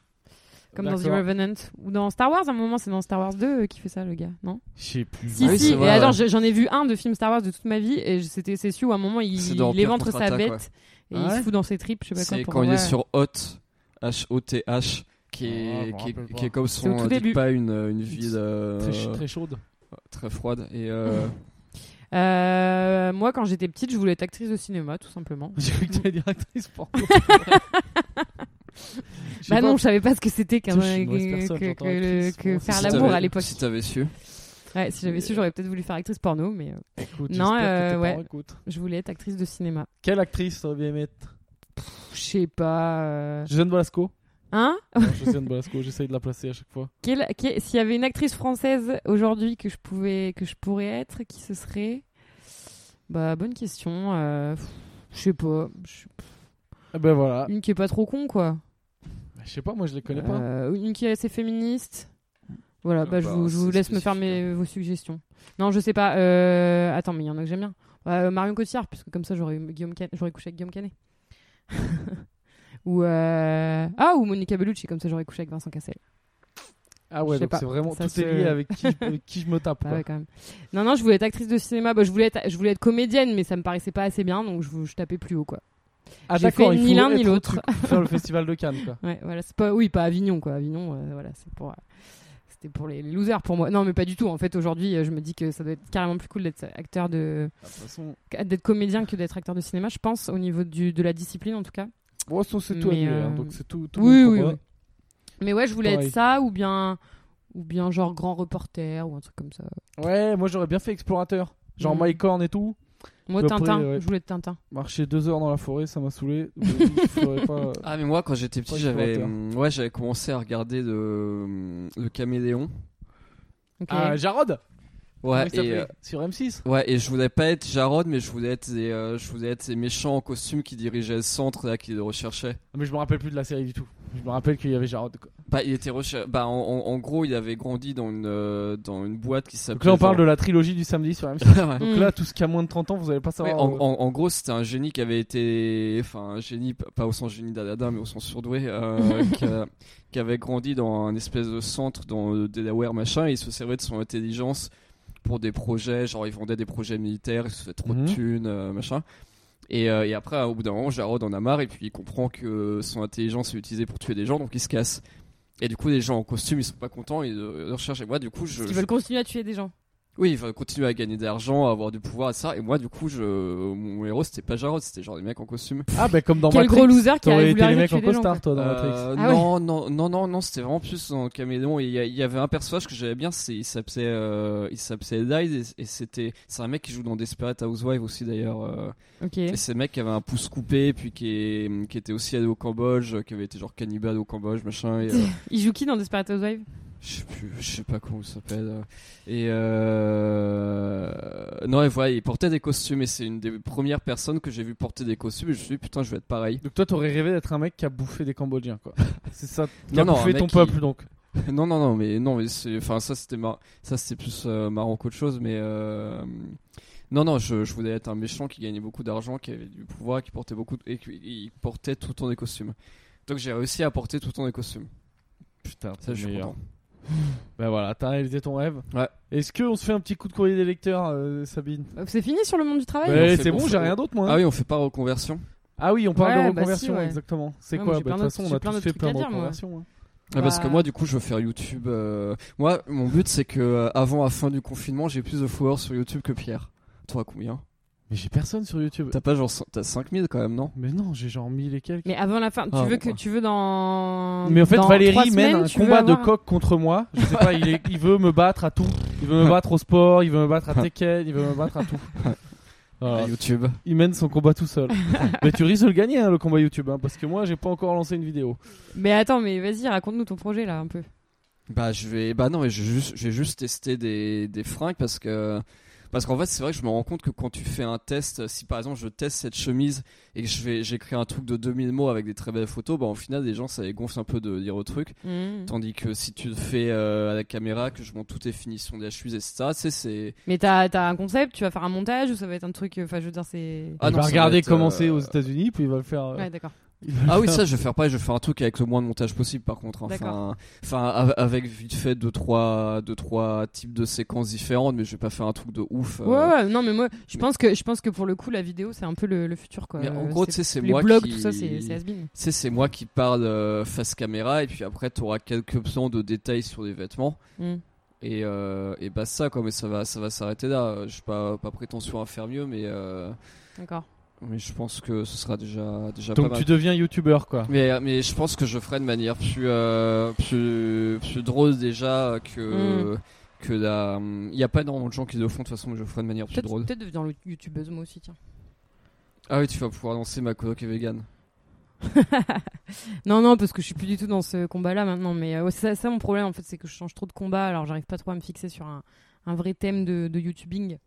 Speaker 2: Comme dans The
Speaker 1: D'accord.
Speaker 2: Revenant ou dans Star Wars. À un moment, c'est dans Star Wars 2 euh, qui fait ça, le gars, non
Speaker 1: Je sais plus.
Speaker 2: Si,
Speaker 3: Ah oui,
Speaker 2: si.
Speaker 3: c'est
Speaker 2: et
Speaker 3: vrai,
Speaker 2: attends,
Speaker 3: ouais.
Speaker 2: je- j'en ai vu un de film Star Wars de toute ma vie et je- c'était c'est sûr où à un moment
Speaker 3: C'est
Speaker 2: il,
Speaker 3: dans
Speaker 2: il
Speaker 3: Empire
Speaker 2: éventre sa
Speaker 3: contre-attaque,
Speaker 2: bête et
Speaker 1: Ah
Speaker 2: il se
Speaker 1: ouais
Speaker 2: fout dans ses tripes, je sais pas
Speaker 3: C'est
Speaker 2: quoi,
Speaker 3: quand il
Speaker 2: pour-
Speaker 3: est
Speaker 2: ouais.
Speaker 3: sur Hot, H-O-T-H, qui est, qui,
Speaker 1: Ah, je me
Speaker 3: est-
Speaker 1: rappelle pas.
Speaker 3: qui est comme
Speaker 2: au
Speaker 3: son
Speaker 2: tout
Speaker 3: euh,
Speaker 2: début.
Speaker 3: dites pas une, une ville euh,
Speaker 1: Très, ch- très chaude. [LAUGHS]
Speaker 3: très froide. Et euh,
Speaker 2: Euh, moi, quand j'étais petite, je voulais être actrice de cinéma, tout simplement.
Speaker 1: J'ai cru que t'allais dire actrice
Speaker 2: [LAUGHS]
Speaker 1: porno. Je sais pas,
Speaker 2: Bah non, je savais pas ce que c'était qu'un
Speaker 1: Je suis une mauvaise
Speaker 2: que-
Speaker 1: personne,
Speaker 2: que-
Speaker 1: j'entends
Speaker 2: que
Speaker 1: actrice,
Speaker 2: le- que
Speaker 1: bon,
Speaker 2: faire
Speaker 3: si
Speaker 2: l'amour
Speaker 3: t'avais-
Speaker 2: à l'époque.
Speaker 3: Si t'avais su.
Speaker 1: Ah,
Speaker 2: Ouais, si j'avais su, j'aurais peut-être voulu faire actrice porno, mais euh,
Speaker 1: écoute, j'espère
Speaker 2: Non,
Speaker 1: que
Speaker 2: euh,
Speaker 1: tes parents
Speaker 2: ouais.
Speaker 1: écoutent.
Speaker 2: je voulais être actrice de cinéma.
Speaker 1: Quelle actrice t'aurais bien aimé être
Speaker 2: Pff, Je sais pas. euh,
Speaker 1: Josiane
Speaker 2: [LAUGHS]
Speaker 1: Balasco.
Speaker 2: Hein
Speaker 1: Non, Josiane Balasco, j'essaye de la placer à chaque fois.
Speaker 2: Quelle- quelle- S'il y avait une actrice française aujourd'hui que je pouvais, que je pourrais être, qui ce serait Bah, bonne question. euh, pff, Je sais pas. Je-
Speaker 1: Eh ben voilà.
Speaker 2: Une qui est pas trop con, quoi.
Speaker 1: Bah, Je sais pas, moi je les connais pas.
Speaker 2: Euh, une qui est assez féministe. Voilà,
Speaker 3: Ah
Speaker 2: bah, je
Speaker 3: bah,
Speaker 2: vous, je
Speaker 3: c'est
Speaker 2: vous laisse me faire
Speaker 3: spécifique,
Speaker 2: mes, vos suggestions. Non, je sais pas. euh, attends, mais il y en a que j'aime bien. Euh, Marion Cotillard, puisque comme ça j'aurais eu Guillaume Can- j'aurais couché avec Guillaume Canet. [LAUGHS] ou euh, ah ou Monica Bellucci, comme ça j'aurais couché avec Vincent Cassel.
Speaker 1: Ah
Speaker 2: Je
Speaker 1: ouais,
Speaker 2: sais
Speaker 1: donc
Speaker 2: pas,
Speaker 1: c'est vraiment
Speaker 2: ça
Speaker 1: tout
Speaker 2: se-
Speaker 1: est lié avec qui, avec qui je me
Speaker 2: [LAUGHS]
Speaker 1: tape.
Speaker 2: Ah
Speaker 1: quoi.
Speaker 2: ouais, quand même. Non, non, je voulais être actrice de cinéma. Bah, je, voulais être, je voulais être comédienne, mais ça me paraissait pas assez bien, donc je, vou- je tapais plus haut, quoi.
Speaker 1: Ah
Speaker 2: J'ai
Speaker 1: d'accord,
Speaker 2: fait
Speaker 1: il faut
Speaker 2: ni l'un ni
Speaker 1: être au
Speaker 2: l'autre.
Speaker 1: truc
Speaker 2: [LAUGHS]
Speaker 1: pour faire le festival de Cannes quoi.
Speaker 2: Ouais, voilà, c'est pas, oui, pas Avignon, quoi. Avignon, euh, voilà, c'est pour. euh, c'était pour les les losers pour moi. Non, mais pas du tout. En fait, aujourd'hui, euh, je me dis que ça doit être carrément plus cool d'être acteur de,
Speaker 1: De toute façon, euh,
Speaker 2: d'être comédien que d'être acteur de cinéma, je pense, au niveau du, de la discipline en tout cas.
Speaker 1: bon, ça, c'est tout
Speaker 2: Mais,
Speaker 1: annulé, hein,
Speaker 2: euh,
Speaker 1: donc c'est tout. tout
Speaker 2: oui,
Speaker 1: bon pour
Speaker 2: oui,
Speaker 1: moi.
Speaker 2: oui. Mais ouais, je voulais
Speaker 1: Pareil.
Speaker 2: être ça ou bien ou bien genre grand reporter ou un truc comme ça.
Speaker 1: Ouais, moi j'aurais bien fait explorateur, genre
Speaker 2: Mm.
Speaker 1: Mike Horn et tout.
Speaker 2: Moi,
Speaker 1: Après,
Speaker 2: Tintin,
Speaker 1: Bah, ouais.
Speaker 2: je voulais être Tintin.
Speaker 1: Marcher deux heures dans la forêt, ça m'a saoulé. Donc, je ferais
Speaker 2: [LAUGHS]
Speaker 1: pas.
Speaker 3: Ah mais moi quand j'étais petit
Speaker 1: Pas
Speaker 3: j'avais
Speaker 1: explorateur.
Speaker 3: hum, ouais j'avais commencé à regarder de, de caméléon
Speaker 2: Ok.
Speaker 1: Ah, Jarod
Speaker 3: ouais
Speaker 1: Comment il
Speaker 3: et
Speaker 1: s'appelait
Speaker 3: euh,
Speaker 1: Sur M6
Speaker 3: ouais et je voulais pas être Jarod mais je voulais être des, euh, je voulais être ces méchants en costume qui dirigeaient le centre là qui le recherchaient
Speaker 1: Ah, Mais je me rappelle plus de la série du tout. Je me rappelle qu'il y avait Jarod quoi.
Speaker 3: bah il était recher- bah en, en- en gros il avait grandi dans une euh, dans une boîte qui s'appelait
Speaker 1: Donc là on parle de
Speaker 3: genre-
Speaker 1: la trilogie du samedi sur M6.
Speaker 3: [LAUGHS] Ouais.
Speaker 2: Mm. Hmm.
Speaker 1: Donc là, tout ce qui a moins de 30 ans, vous allez pas
Speaker 3: Ouais,
Speaker 1: savoir.
Speaker 3: en,
Speaker 1: euh,
Speaker 3: en- en gros, c'était un génie qui avait été, enfin un génie, p- pas au sens génie d'Aladin, mais au sens surdoué, euh, qui, a- qui avait grandi dans un espèce de centre dans le Delaware machin, et il se servait de son intelligence pour des projets, genre il vendait des projets militaires, il se faisait trop de
Speaker 1: Mhm.
Speaker 3: thunes, euh, machin. Et, euh, et après, au bout d'un moment, Jarod en a marre, et puis il comprend que son intelligence est utilisée pour tuer des gens, donc il se casse. Et du coup, les gens en costume, ils sont pas contents, ils euh, recherchent. Et moi, du coup, je,
Speaker 2: Parce qu'ils
Speaker 3: je-
Speaker 2: veulent continuer à tuer des gens.
Speaker 3: oui, il va continuer à gagner de l'argent, à avoir du pouvoir, et ça. Et moi, du coup, je... mon héros, c'était pas Jarod, c'était genre des mecs en costume.
Speaker 1: Ah, bah comme dans
Speaker 2: Quel
Speaker 1: Matrix.
Speaker 2: gros loser qui
Speaker 1: T'aurais
Speaker 2: a voulu
Speaker 1: été les
Speaker 2: arrêter de
Speaker 1: mecs en
Speaker 2: tuer des gens.
Speaker 1: costard, toi, dans Matrix.
Speaker 3: Euh,
Speaker 2: Ah
Speaker 3: non, non, non, non, non, c'était vraiment plus dans Caméléon. Et Il y, a- il y avait un personnage que j'aimais bien, c'est, il s'appelait, euh, il s'appelait Dice, et, et c'était, c'est un mec qui joue dans Desperate Housewives aussi d'ailleurs. euh.
Speaker 2: quoi. Ok.
Speaker 3: Et c'est un mec qui avait un pouce coupé, puis qui, est- qui était aussi allé au Cambodge, euh, qui avait été genre cannibale au Cambodge, machin. Et, euh,
Speaker 2: Il joue qui dans Desperate Housewives
Speaker 3: je sais plus, je sais pas comment il s'appelle. euh. Et euh... non, et voilà, il portait des costumes et c'est une des premières personnes que j'ai vu porter des costumes. Et je me suis dit putain, je vais être pareil. [LAUGHS]
Speaker 1: Donc toi, t'aurais rêvé d'être un mec qui a bouffé des Cambodgiens, quoi. C'est ça. Qui
Speaker 3: Non,
Speaker 1: a
Speaker 3: non,
Speaker 1: bouffé
Speaker 3: un mec
Speaker 1: ton
Speaker 3: qui-
Speaker 1: peuple, donc.
Speaker 3: non, non, non, mais non, mais c'est, enfin ça c'était mar... ça c'était plus euh, marrant qu'autre chose, mais euh... non, non, je, je voulais être un méchant qui gagnait beaucoup d'argent, qui avait du pouvoir, qui portait beaucoup de- et qui il portait tout le temps des costumes. Donc j'ai réussi à porter tout le temps des costumes.
Speaker 1: Putain,
Speaker 3: Ça, je suis content.
Speaker 1: Bah voilà, t'as réalisé ton rêve.
Speaker 3: Ouais.
Speaker 1: Est-ce qu'on se fait un petit coup de courrier des lecteurs, euh, Sabine
Speaker 2: Euh, C'est fini sur le monde du travail
Speaker 3: Ouais,
Speaker 1: Ouais,
Speaker 3: on
Speaker 1: C'est
Speaker 3: fait- on
Speaker 1: bon,
Speaker 3: fait-
Speaker 1: j'ai rien d'autre, moi. hein.
Speaker 3: Ah oui, on fait pas reconversion.
Speaker 1: Ah oui, on parle
Speaker 2: Ouais,
Speaker 1: de
Speaker 2: bah si,
Speaker 1: reconversion,
Speaker 2: ouais.
Speaker 1: exactement. C'est
Speaker 2: Ouais,
Speaker 1: quoi Bah, De
Speaker 2: moi, j'ai
Speaker 1: toute
Speaker 2: plein d'autres-
Speaker 1: façon, on
Speaker 2: j'ai
Speaker 1: a
Speaker 2: plein
Speaker 1: tous
Speaker 2: d'autres
Speaker 1: fait
Speaker 2: trucs
Speaker 1: plein
Speaker 2: à
Speaker 1: de
Speaker 2: dire, moi.
Speaker 1: reconversions. hein.
Speaker 3: Ah, parce
Speaker 2: Bah.
Speaker 3: que moi, du coup, je veux faire YouTube. euh, Moi, mon but, c'est que euh, avant la fin du confinement, j'ai plus de followers sur YouTube que Pierre. Toi, combien
Speaker 1: Mais j'ai personne sur YouTube.
Speaker 3: T'as pas genre cent- t'as 5000 quand même, non
Speaker 1: Mais non, j'ai genre 1000 et quelques.
Speaker 2: Mais avant la fin, tu
Speaker 3: Ah,
Speaker 2: veux
Speaker 3: bon,
Speaker 2: que
Speaker 3: bah.
Speaker 2: tu veux dans.
Speaker 1: Mais en fait,
Speaker 2: dans trois
Speaker 1: Valérie mène
Speaker 2: semaines,
Speaker 1: un
Speaker 2: tu veux
Speaker 1: combat de
Speaker 2: avoir-
Speaker 1: coq contre moi. Je sais pas, il, est- il veut me battre à tout. Il
Speaker 3: [LAUGHS]
Speaker 1: veut me battre au sport, il veut me battre à Tekken, il veut me battre à tout. Oh, Voilà.
Speaker 3: À YouTube.
Speaker 1: Il mène son combat tout
Speaker 2: [LAUGHS]
Speaker 1: seul. Mais tu risques de le gagner, hein, le combat YouTube, hein, parce que moi, j'ai pas encore lancé une vidéo.
Speaker 2: Mais attends, mais vas-y, raconte-nous ton projet là un peu.
Speaker 3: Bah, je vais. Bah non, mais je vais juste, je vais juste tester des, des fringues parce que. Parce qu'en fait, c'est vrai que je me rends compte que quand tu fais un test, si par exemple je teste cette chemise et que je vais, j'écris un truc de 2000 mots avec des très belles photos, bah au final, les gens, ça les gonfle un peu de dire au truc.
Speaker 2: Mhm.
Speaker 3: Tandis que si tu le fais euh, à la caméra, que je monte toutes les finitions de la chemise, etc., tu sais, c'est.
Speaker 2: Mais t'as t'as un concept, tu vas faire un montage ou ça va être un truc. euh, Enfin, je veux dire, c'est.
Speaker 3: Ah
Speaker 1: il
Speaker 3: non,
Speaker 1: va
Speaker 3: ça
Speaker 1: regarder
Speaker 3: va être,
Speaker 1: comment
Speaker 3: euh,
Speaker 1: c'est aux États-Unis, puis il va le faire. euh,
Speaker 2: Ouais, d'accord.
Speaker 1: il va le
Speaker 3: Ah oui,
Speaker 1: faire.
Speaker 3: ça, je vais faire pareil, je vais faire un truc avec le moins de montage possible, par contre. hein.
Speaker 2: D'accord.
Speaker 3: Enfin, enfin, av- avec vite fait deux trois, deux, trois types de séquences différentes, mais je vais pas faire un truc de ouf. euh.
Speaker 2: Ouais, ouais, non, mais moi, je
Speaker 3: mais-
Speaker 2: pense que je pense que pour le coup, la vidéo, c'est un peu le, le futur quoi.
Speaker 3: Mais en
Speaker 2: Euh,
Speaker 3: gros, tu sais, c'est
Speaker 2: les
Speaker 3: moi
Speaker 2: blogs,
Speaker 3: qui-
Speaker 2: tout ça, c'est c'est has-been.
Speaker 3: Tu sais, c'est moi qui parle euh, face caméra, et puis après, tu auras quelques plans de détails sur les vêtements.
Speaker 2: Mhm.
Speaker 3: Et, euh, et bah ça, quoi, mais ça va, ça va s'arrêter là. Je suis pas, pas prétention à faire mieux, mais, euh,
Speaker 2: D'accord.
Speaker 3: mais je pense que ce sera déjà, déjà pas
Speaker 1: Donc
Speaker 3: mal.
Speaker 1: tu deviens youtubeur quoi.
Speaker 3: Mais, euh, mais je pense que je ferai de manière plus, euh, plus, plus drôle déjà que,
Speaker 2: Hmm.
Speaker 3: que la. Il n'y a pas énormément de gens qui le font de toute façon, mais je ferai de manière plus
Speaker 2: Peut-être
Speaker 3: drôle.
Speaker 2: peut-être devenir le- youtubeuse moi aussi, tiens.
Speaker 3: Ah oui, tu vas pouvoir lancer ma coloc est vegan.
Speaker 2: Non, non, parce que je suis plus du tout dans ce combat-là maintenant. Mais euh, ouais, c'est ça, ça mon problème en fait, c'est que je change trop de combat. Alors j'arrive pas trop à me fixer sur un, un vrai thème de, de YouTubing.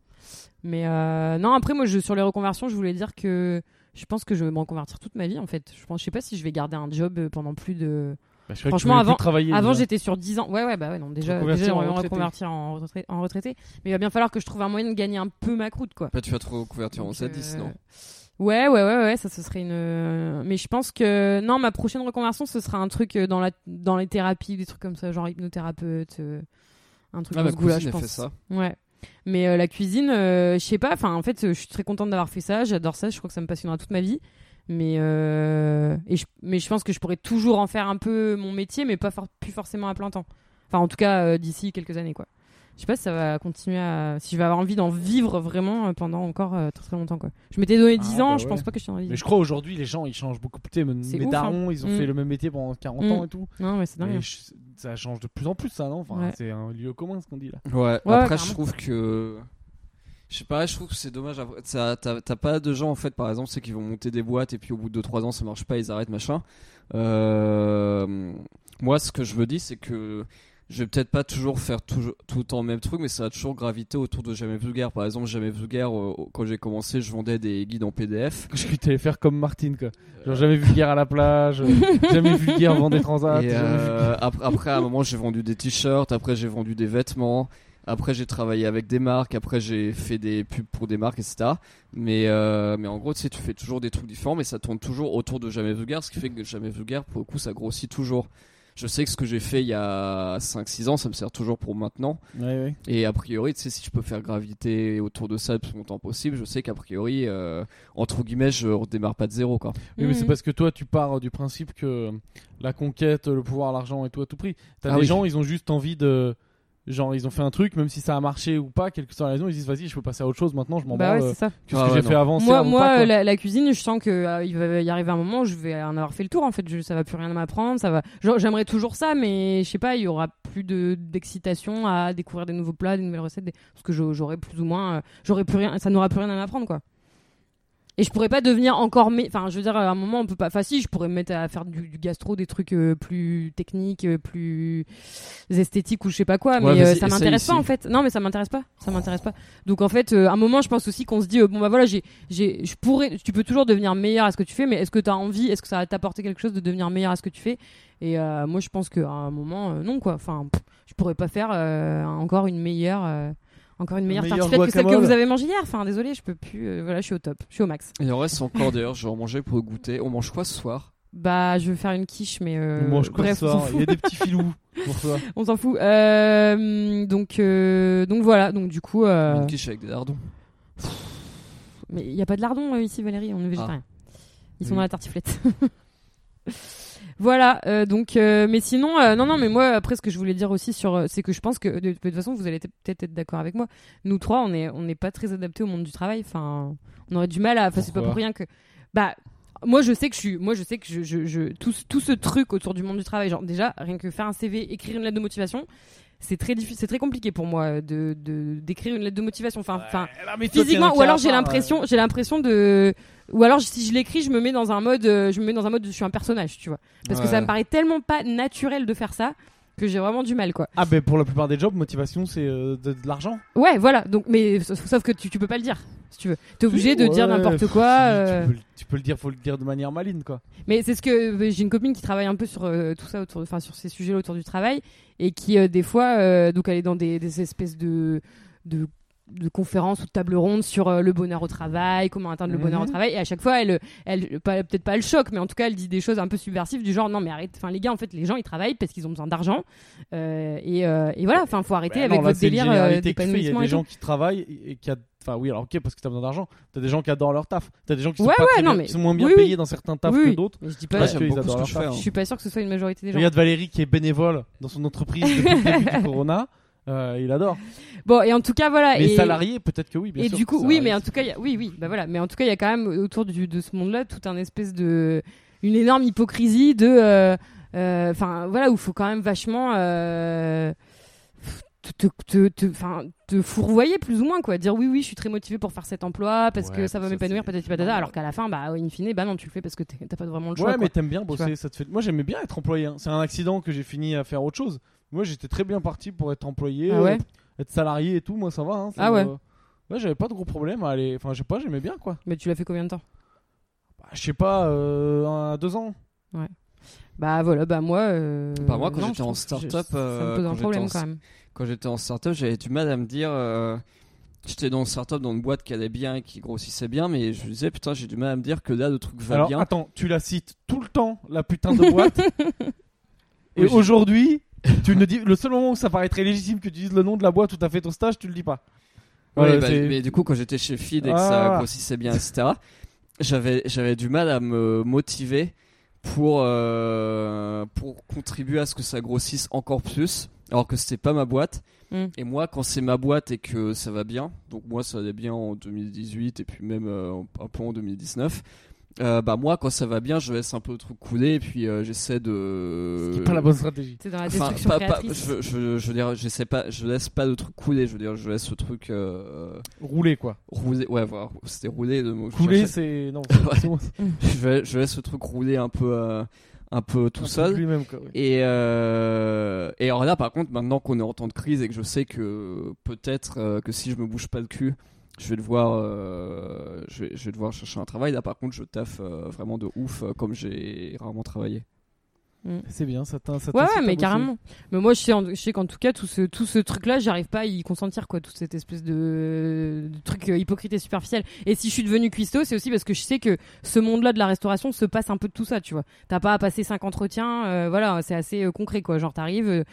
Speaker 2: Mais euh, non, après moi, je, sur les reconversions, je voulais dire que je pense que je vais me reconvertir toute ma vie en fait. Je pense, je sais pas si je vais garder un job euh, pendant plus de.
Speaker 1: Bah, je crois
Speaker 2: Franchement,
Speaker 1: que tu voulais plus travailler.
Speaker 2: Avant,
Speaker 1: déjà.
Speaker 2: j'étais sur 10 ans. Ouais, ouais, bah ouais, non, déjà,
Speaker 1: Reconvertir
Speaker 2: déjà
Speaker 1: en
Speaker 2: on va me
Speaker 1: retraité.
Speaker 2: reconvertir en retraité, en retraité. Mais il va bien falloir que je trouve un moyen de gagner un peu ma croûte quoi.
Speaker 3: Bah, tu vas te reconvertir en
Speaker 2: Donc, euh,
Speaker 3: Z10, non
Speaker 2: Ouais, ouais, ouais, ouais, ça ce serait une. euh, Mais je pense que non, ma prochaine reconversion ce sera un truc euh, dans la dans les thérapies, des trucs comme ça, genre hypnothérapeute, euh, un truc
Speaker 3: Ah,
Speaker 2: dans
Speaker 3: ma
Speaker 2: ce goût-là,
Speaker 3: cousine
Speaker 2: je
Speaker 3: a
Speaker 2: pense.
Speaker 3: fait ça.
Speaker 2: Ouais. Mais euh, la cuisine, euh, je sais pas. Enfin, en fait, euh, je suis très contente d'avoir fait ça. J'adore ça. Je crois que ça me passionnera toute ma vie. Mais euh, et je, mais je pense que je pourrais toujours en faire un peu mon métier, mais pas for- plus forcément à plein temps. Enfin, en tout cas, euh, d'ici quelques années, quoi. Je sais pas si ça va continuer à. Si je vais avoir envie d'en vivre vraiment euh, pendant encore euh, très très longtemps, quoi. Je m'étais donné 10
Speaker 1: Ah,
Speaker 2: ans,
Speaker 1: bah
Speaker 2: je
Speaker 1: ouais.
Speaker 2: pense pas que je t'en ai
Speaker 1: Mais je crois aujourd'hui les gens ils changent beaucoup plus. Tu sais,
Speaker 2: C'est
Speaker 1: Mes
Speaker 2: ouf,
Speaker 1: darons ils ont
Speaker 2: Mm.
Speaker 1: fait le même métier pendant 40
Speaker 2: Mm.
Speaker 1: ans et tout.
Speaker 2: Non, mais c'est dingue. hein.
Speaker 1: Et je- ça change de plus en plus ça non enfin,
Speaker 2: Ouais.
Speaker 1: C'est un lieu commun ce qu'on dit là.
Speaker 3: Ouais,
Speaker 2: Ouais,
Speaker 3: après
Speaker 2: carrément.
Speaker 3: je trouve que je sais pas, je trouve que c'est dommage après, ça t'as t'as pas de gens en fait par exemple ceux qui vont monter des boîtes et puis au bout de 3 ans ça marche pas, ils arrêtent machin. Euh, moi ce que je veux dire c'est que je vais peut-être pas toujours faire tout, tout le temps le même truc, mais ça va toujours graviter autour de Jamais Vulgaire. Par exemple, Jamais Vulgaire, euh, quand j'ai commencé, je vendais des guides en PDF.
Speaker 1: [LAUGHS] Je suis allé faire comme Martine quoi. Genre jamais vulgaire à la plage, euh,
Speaker 2: [LAUGHS]
Speaker 1: jamais vulgaire avant des transats.
Speaker 3: Et,
Speaker 1: jamais vulgaire.
Speaker 3: euh, ap- après, à un moment, j'ai vendu des t-shirts, après, j'ai vendu des vêtements, après, j'ai travaillé avec des marques, après, j'ai fait des pubs pour des marques, etc. Mais, euh, mais en gros, tu sais, tu fais toujours des trucs différents, mais ça tourne toujours autour de Jamais Vulgaire, ce qui fait que Jamais Vulgaire, pour le coup, ça grossit toujours. Je sais que ce que j'ai fait il y a 5-6 ans, ça me sert toujours pour maintenant.
Speaker 1: Ouais, ouais.
Speaker 3: Et a priori, tu sais, si je peux faire graviter autour de ça le plus longtemps possible, je sais qu'a priori, euh, entre guillemets, je redémarre pas de zéro, quoi.
Speaker 1: Oui, mais c'est
Speaker 2: Mhm.
Speaker 1: parce que toi, tu pars du principe que la conquête, le pouvoir, l'argent et tout à tout prix. T'as
Speaker 3: Ah
Speaker 1: des
Speaker 3: oui.
Speaker 1: gens, ils ont juste envie de. Genre, ils ont fait un truc, même si ça a marché ou pas, quelle que soit la raison, ils disent vas-y, je peux passer à autre chose maintenant, je m'en
Speaker 2: Bah
Speaker 1: branle. euh,
Speaker 2: ouais, c'est ça.
Speaker 1: Qu'est-ce
Speaker 3: Ah
Speaker 1: que
Speaker 3: ouais,
Speaker 1: j'ai
Speaker 3: non.
Speaker 1: fait avant ça
Speaker 2: Moi,
Speaker 1: ou
Speaker 2: moi
Speaker 1: pas, quoi.
Speaker 2: euh, la, la cuisine, je sens que euh, il va y arriver un moment où je vais en avoir fait le tour. En fait, je, ça va plus rien m'apprendre. Ça va. genre, J'aimerais toujours ça, mais je sais pas, il y aura plus de d'excitation à découvrir des nouveaux plats, des nouvelles recettes, des- parce que je- j'aurai plus ou moins, euh, j'aurai plus rien, ça n'aura plus rien à m'apprendre, quoi. Et je pourrais pas devenir encore, mais enfin, je veux dire, à un moment, on peut pas. Enfin, si, je pourrais me mettre à faire du, du gastro, des trucs euh, plus techniques, euh, plus esthétiques ou je sais pas quoi,
Speaker 3: Ouais,
Speaker 2: mais euh,
Speaker 3: vas-y,
Speaker 2: ça
Speaker 3: essaye
Speaker 2: m'intéresse
Speaker 3: ici.
Speaker 2: pas en fait. Non, mais ça m'intéresse pas. Ça m'intéresse pas. Donc en fait, euh, à un moment, je pense aussi qu'on se dit, euh, bon bah voilà, j'ai, j'ai, je pourrais, tu peux toujours devenir meilleur à ce que tu fais, mais est-ce que t'as envie, est-ce que ça va t'apporter quelque chose de devenir meilleur à ce que tu fais Et euh, moi, je pense qu'à un moment, euh, non quoi. Enfin, pff, je pourrais pas faire euh, encore une meilleure. euh, encore une meilleure
Speaker 1: meilleur
Speaker 2: tartiflette que celle que
Speaker 1: guacamole.
Speaker 2: vous avez mangée hier. Enfin, désolé, je peux plus. euh, voilà, je suis au top. Je suis au max.
Speaker 3: Il en reste encore d'ailleurs, je vais en manger pour goûter. On mange quoi ce soir
Speaker 2: Bah, je veux faire une quiche, mais euh,
Speaker 1: On mange quoi
Speaker 2: bref,
Speaker 1: ce
Speaker 2: on s'en
Speaker 1: soir Il y
Speaker 2: fout.
Speaker 1: a des petits filous pour toi.
Speaker 2: On s'en fout. Euh, donc, euh, donc voilà. Donc du coup, euh,
Speaker 3: Une quiche avec des lardons.
Speaker 2: mais il y a pas de lardons euh, ici, Valérie. On est végétarien. Ils sont
Speaker 3: Oui.
Speaker 2: dans la tartiflette. [LAUGHS] voilà. euh, donc, euh, mais sinon, euh, non, non. Mais moi, après, ce que je voulais dire aussi sur, euh, c'est que je pense que de, de toute façon, vous allez t- peut-être être d'accord avec moi. Nous trois, on est, on n'est pas très adaptés au monde du travail. Enfin, on aurait du mal à. Enfin, c'est pas
Speaker 1: Pourquoi
Speaker 2: pour rien que. Bah, moi je sais que je suis moi je sais que je, je, je- tout, ce- tout ce truc autour du monde du travail genre déjà rien que faire un CV écrire une lettre de motivation c'est très difficile c'est très compliqué pour moi euh, de de- d'écrire une lettre de motivation enfin [LAUGHS] enfin physiquement ou alors
Speaker 1: euh,
Speaker 2: j'ai l'impression j'ai l'impression de ou alors si je l'écris je me mets dans un mode euh, je me mets dans un mode de- je suis un personnage tu vois parce que
Speaker 3: Ouais.
Speaker 2: ça me paraît tellement pas naturel de faire ça que j'ai vraiment du mal quoi
Speaker 1: Ah, ben pour la plupart des jobs, motivation, c'est euh, de, de l'argent.
Speaker 2: ouais voilà donc mais sa- sauf que tu, tu peux pas le dire si tu veux t'es obligé de
Speaker 1: Ouais,
Speaker 2: dire n'importe
Speaker 1: pff,
Speaker 2: quoi
Speaker 1: tu-
Speaker 2: euh.
Speaker 1: Tu, peux, le- tu peux le dire, faut le dire de manière maligne quoi.
Speaker 2: Mais c'est ce que euh, j'ai une copine qui travaille un peu sur euh, tout ça autour, enfin sur ces sujets autour du travail et qui euh, des fois euh, donc elle est dans des, des espèces de, de de conférences ou de tables rondes sur euh, le bonheur au travail, comment atteindre le
Speaker 1: Mhm.
Speaker 2: bonheur au travail et à chaque fois elle elle pas- peut-être pas le choc mais en tout cas elle dit des choses un peu subversives du genre non mais arrête enfin les gars en fait les gens ils travaillent parce qu'ils ont besoin d'argent euh, et, euh, et voilà enfin faut arrêter
Speaker 1: Bah
Speaker 2: avec
Speaker 1: non, là,
Speaker 2: votre
Speaker 1: c'est une
Speaker 2: délire euh,
Speaker 1: généralité que fait. Il y a
Speaker 2: d'épanouissement
Speaker 1: des
Speaker 2: et tout.
Speaker 1: gens qui travaillent et qui a... enfin oui alors ok parce que t'as besoin d'argent. T'as des gens qui adorent leur taf. T'as des gens qui sont
Speaker 2: Ouais,
Speaker 1: pas
Speaker 2: ouais,
Speaker 1: très
Speaker 2: non,
Speaker 1: bien-
Speaker 2: mais-
Speaker 1: qui sont moins bien
Speaker 2: oui, oui.
Speaker 1: payés dans certains tafs
Speaker 2: Oui,
Speaker 1: que
Speaker 2: oui.
Speaker 1: d'autres.
Speaker 2: Mais je dis
Speaker 3: Ouais,
Speaker 2: pas
Speaker 1: Parce
Speaker 3: j'aime
Speaker 1: qu'ils
Speaker 3: beaucoup ce
Speaker 1: adorent
Speaker 3: que
Speaker 1: leur
Speaker 3: je
Speaker 1: taf.
Speaker 3: fais. hein.
Speaker 2: je suis pas sûr que ce soit une majorité des gens.
Speaker 1: Regarde Valérie qui est bénévole dans son entreprise depuis le début
Speaker 2: [LAUGHS]
Speaker 1: du Corona. Euh, il adore.
Speaker 2: Bon et en tout cas voilà
Speaker 1: Mais
Speaker 2: Ah, et-
Speaker 1: salarié, peut-être que oui. Bien
Speaker 2: et
Speaker 1: sûr
Speaker 2: du
Speaker 1: que
Speaker 2: coup,
Speaker 1: salarié.
Speaker 2: oui, mais en tout cas, il y a, oui, oui, bah voilà, mais en tout cas, il y a quand même autour du- de ce monde-là tout un espèce de, une énorme hypocrisie de, euh, euh, enfin voilà, où il faut quand même vachement euh, te, te, te, te- enfin, te fourvoyer plus ou moins quoi, dire oui, oui, je suis très motivé pour faire cet emploi parce
Speaker 1: Ouais,
Speaker 2: que ça va
Speaker 1: ça,
Speaker 2: m'épanouir,
Speaker 1: c'est
Speaker 2: peut-être patata,
Speaker 1: normal.
Speaker 2: alors qu'à la fin, bah in fine, bah non, tu le fais parce que t'es- t'as pas vraiment le choix.
Speaker 1: Ouais, mais
Speaker 2: quoi.
Speaker 1: t'aimes bien
Speaker 2: Tu
Speaker 1: bosser. Ça te fait. Moi, j'aimais bien être employé. hein. C'est un accident que j'ai fini à faire autre chose. Moi, j'étais très bien parti pour être employé,
Speaker 2: Ah ouais
Speaker 1: euh, être salarié et tout. Moi, ça va. hein. Ça
Speaker 2: Ah ouais.
Speaker 1: me- Ouais, j'avais pas de gros problèmes à aller. Enfin, je sais pas, j'aimais bien quoi.
Speaker 2: mais tu l'as fait combien de temps?
Speaker 1: Bah, je sais pas, euh, un- deux ans.
Speaker 2: Bah voilà, bah moi. euh,
Speaker 3: Bah, moi, quand
Speaker 2: non,
Speaker 3: j'étais
Speaker 2: je
Speaker 3: en
Speaker 2: trouve que je-
Speaker 3: start-up,
Speaker 2: Ça me
Speaker 3: euh,
Speaker 2: pose
Speaker 3: quand
Speaker 2: un
Speaker 3: j'étais
Speaker 2: problème
Speaker 3: en
Speaker 2: quand même.
Speaker 3: Quand j'étais en startup, j'avais du mal à me dire. euh, J'étais dans un startup, dans une boîte qui allait bien et qui grossissait bien, mais je me disais, putain, j'ai du mal à me dire que là, le truc va
Speaker 1: Alors
Speaker 3: bien.
Speaker 1: attends, tu la cites tout le temps, la putain de
Speaker 2: [LAUGHS]
Speaker 1: boîte. et
Speaker 3: Oui, j'ai-
Speaker 1: aujourd'hui, tu ne dis le seul moment où ça paraîtrait légitime que tu dises le nom de la boîte où t'as fait ton stage, tu le dis pas.
Speaker 3: Oui,
Speaker 1: Voilà,
Speaker 3: bah,
Speaker 1: c'est-
Speaker 3: mais du coup, quand j'étais chez Feed et que
Speaker 1: Ah.
Speaker 3: ça grossissait bien, etc., j'avais, j'avais du mal à me motiver pour, euh, pour contribuer à ce que ça grossisse encore plus, alors que c'était pas ma boîte.
Speaker 1: Hmm.
Speaker 2: Mm.
Speaker 3: Et moi, quand c'est ma boîte et que ça va bien, donc moi, ça allait bien en 2018 et puis même euh, un peu en 2019. euh, bah moi quand ça va bien je laisse un peu le truc couler et puis euh, j'essaie de
Speaker 1: C'est
Speaker 3: euh,
Speaker 1: pas la bonne stratégie.
Speaker 2: C'est dans la
Speaker 3: Enfin,
Speaker 2: destruction
Speaker 3: pas- pas-
Speaker 2: créatrice.
Speaker 3: je, je, je veux dire, j'essaie pas, je laisse pas le truc couler. Je veux dire, je laisse ce truc euh,
Speaker 1: Rouler quoi.
Speaker 3: rouler. Ouais, voilà, c'était rouler. Le mot que je
Speaker 1: Couler,
Speaker 3: cherchais.
Speaker 1: c'est
Speaker 3: [LAUGHS]
Speaker 1: non.
Speaker 3: Ouais.
Speaker 1: c'est bon,
Speaker 3: Je, vais- je laisse ce truc rouler un peu, euh, un peu tout
Speaker 1: c'est
Speaker 3: seul.
Speaker 1: Lui-même quoi. ouais.
Speaker 3: Et, euh, et alors là, par contre, maintenant qu'on est en temps de crise et que je sais que peut-être euh, que si je me bouge pas le cul, je vais devoir, euh, je, vais, je vais devoir chercher un travail. Là, par contre, je taffe euh, vraiment de ouf, euh, comme j'ai rarement travaillé.
Speaker 1: C'est bien, ça t'in- ça
Speaker 2: Ouais,
Speaker 1: t'incite
Speaker 2: ouais,
Speaker 1: à
Speaker 2: mais
Speaker 1: bosser.
Speaker 2: carrément. Mais moi, je sais, en- je sais qu'en tout cas, tout ce, tout ce truc-là, j'arrive pas à y consentir, quoi. Toute cette espèce de, de truc euh, hypocrite et superficiel. Et si je suis devenue cuistot, c'est aussi parce que je sais que ce monde-là de la restauration se passe un peu de tout ça, tu vois. T'as pas à passer cinq entretiens, euh, voilà, c'est assez euh, concret, quoi. Genre, t'arrives. euh,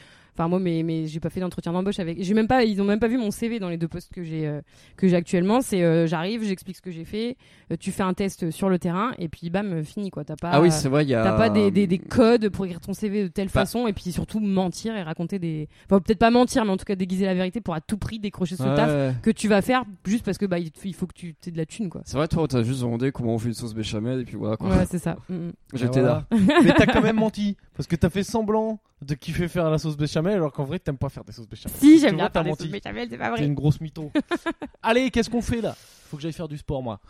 Speaker 2: Enfin, moi, mais, mais j'ai pas fait d'entretien d'embauche avec. J'ai même pas, ils ont même pas vu mon CV dans les deux postes que j'ai euh, que j'ai actuellement. C'est euh, j'arrive, j'explique ce que j'ai fait, euh, tu fais un test sur le terrain et puis bam, euh, fini quoi. T'as pas.
Speaker 3: Ah, oui, c'est vrai, il y a.
Speaker 2: T'as pas des, des,
Speaker 1: Euh,
Speaker 2: des codes pour écrire ton CV de telle
Speaker 3: Pas-
Speaker 2: façon et puis surtout mentir et raconter des. Enfin, peut-être pas mentir, mais en tout cas déguiser la vérité pour à tout prix décrocher ce
Speaker 3: Ouais,
Speaker 2: taf
Speaker 3: ouais.
Speaker 2: que tu vas faire juste parce que bah, il te- il faut que tu aies de la thune quoi.
Speaker 3: C'est vrai, toi, t'as juste demandé comment on fait une sauce béchamel et puis voilà quoi.
Speaker 2: Ouais,
Speaker 1: [LAUGHS]
Speaker 2: c'est ça. Mm, mm.
Speaker 3: J'étais
Speaker 1: Ah,
Speaker 3: là.
Speaker 1: voilà. mais t'as quand même menti parce que t'as fait semblant de kiffer faire la sauce béchamel alors qu'en vrai t'aimes pas faire des sauces béchamel.
Speaker 2: Si,
Speaker 1: Tu
Speaker 2: j'aime
Speaker 1: vois,
Speaker 2: bien
Speaker 1: t'as
Speaker 2: faire des
Speaker 1: menti.
Speaker 2: sauces béchamel, c'est pas
Speaker 1: T'es
Speaker 2: vrai.
Speaker 1: une grosse
Speaker 2: [LAUGHS]
Speaker 1: mytho. Allez, qu'est-ce qu'on fait là Faut que j'aille faire du sport moi.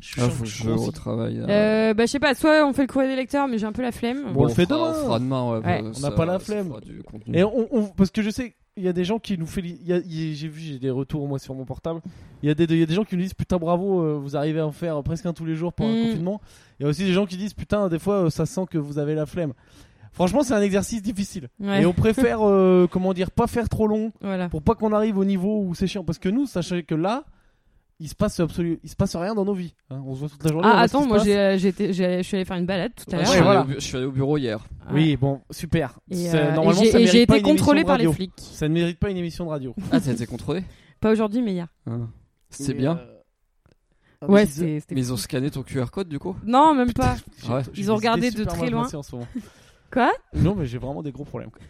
Speaker 1: Je suis
Speaker 3: Ah,
Speaker 1: sûr
Speaker 3: faut que
Speaker 1: je
Speaker 3: je
Speaker 1: grossis.
Speaker 3: retravaille. là.
Speaker 2: Euh, bah, je sais pas, soit on fait le courrier des lecteurs, mais j'ai un peu la flemme.
Speaker 1: Bon, on le fait
Speaker 3: fera-
Speaker 1: demain.
Speaker 3: On fera demain, ouais.
Speaker 2: Ouais.
Speaker 3: bah,
Speaker 1: On n'a
Speaker 3: ça-
Speaker 1: pas la
Speaker 3: ça
Speaker 1: flemme.
Speaker 3: fera du contenu.
Speaker 1: Et on, on- parce que je sais, il y a des gens qui nous félicient. J'ai vu, j'ai des retours moi sur mon portable. Il y, a des- il y a des gens qui nous disent putain bravo, euh, vous arrivez à en faire presque un tous les jours pendant le
Speaker 2: Mm.
Speaker 1: confinement. Il y a aussi des gens qui disent putain des fois euh, ça sent que vous avez la flemme. Franchement, c'est un exercice difficile.
Speaker 2: Ouais,
Speaker 1: Et on préfère, euh, comment dire, pas faire trop long
Speaker 2: voilà.
Speaker 1: pour pas qu'on arrive au niveau où c'est chiant. Parce que nous, sachez que là, il se passe absolument, il se passe rien dans nos vies. hein. On se voit toute la journée. on
Speaker 2: Ah,
Speaker 1: voit ce qui
Speaker 2: attends,
Speaker 1: se
Speaker 2: moi
Speaker 1: passe.
Speaker 2: j'ai, euh, j'ai été- j'ai- je suis allé faire une balade tout à
Speaker 3: Ouais,
Speaker 2: l'heure.
Speaker 3: Ah, je, suis
Speaker 1: Ouais, voilà.
Speaker 3: allé au bu- je suis allé au bureau
Speaker 1: [LAUGHS]
Speaker 3: hier.
Speaker 2: Ah.
Speaker 1: Oui, bon, super.
Speaker 2: Et,
Speaker 1: C'est-
Speaker 2: euh, et
Speaker 1: normalement,
Speaker 2: j'ai-
Speaker 1: ça
Speaker 2: et
Speaker 1: mérite
Speaker 2: j'ai
Speaker 1: pas
Speaker 2: été
Speaker 1: une émission
Speaker 2: contrôlé
Speaker 1: de
Speaker 2: par les
Speaker 1: radio.
Speaker 2: flics.
Speaker 1: Ça ne mérite pas une émission de radio.
Speaker 3: Ah, t'as été contrôlé
Speaker 2: Pas aujourd'hui, mais hier.
Speaker 3: C'était
Speaker 1: Mais,
Speaker 3: bien.
Speaker 1: euh, ah, mais
Speaker 2: Ouais,
Speaker 1: je disais-
Speaker 2: c'est- c'était.
Speaker 3: Mais ils ont scanné ton QR code du coup
Speaker 2: Non,
Speaker 1: [LAUGHS]
Speaker 2: même pas.
Speaker 1: j'ai-
Speaker 3: Ouais.
Speaker 1: j'ai
Speaker 2: Ils
Speaker 1: des
Speaker 2: ont regardé
Speaker 1: idées
Speaker 2: de
Speaker 1: super
Speaker 2: très
Speaker 1: mal
Speaker 2: loin.
Speaker 1: placées en ce moment.
Speaker 2: [LAUGHS] Quoi
Speaker 1: Non, mais j'ai vraiment des gros
Speaker 2: [LAUGHS]
Speaker 1: problèmes. quoi.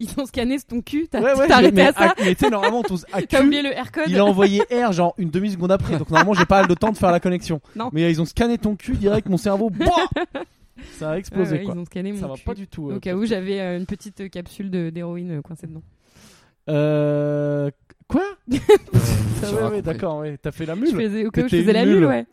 Speaker 2: Ils ont scanné ton cul, t'as
Speaker 1: Ouais, ouais,
Speaker 2: t'as arrêté
Speaker 1: mais,
Speaker 2: à ça.
Speaker 1: à- mais tu sais, normalement, tous à
Speaker 2: T'as
Speaker 1: Q,
Speaker 2: oublié le air code
Speaker 1: il a envoyé R genre une demi-seconde après. Donc normalement, j'ai pas le temps de faire la connexion.
Speaker 2: Non.
Speaker 1: Mais euh, ils ont scanné ton cul direct, mon
Speaker 2: [LAUGHS]
Speaker 1: cerveau, boah ça a
Speaker 2: Ouais,
Speaker 1: explosé
Speaker 2: ouais,
Speaker 1: quoi.
Speaker 2: Ils ont scanné mon
Speaker 1: Ça va
Speaker 2: cul.
Speaker 1: pas du tout. euh,
Speaker 2: Au cas où, j'avais euh, une petite euh, capsule de- d'héroïne euh, coincée dedans.
Speaker 1: Euh.
Speaker 2: [LAUGHS]
Speaker 1: Quoi
Speaker 3: J'ai
Speaker 1: Ah
Speaker 3: rien
Speaker 1: ouais, ouais,
Speaker 3: compris.
Speaker 1: d'accord, ouais. T'as fait la
Speaker 2: Je
Speaker 1: mule.
Speaker 2: faisais, au cas où, je
Speaker 1: T'étais
Speaker 2: faisais la
Speaker 1: nulle.
Speaker 2: mule, ouais.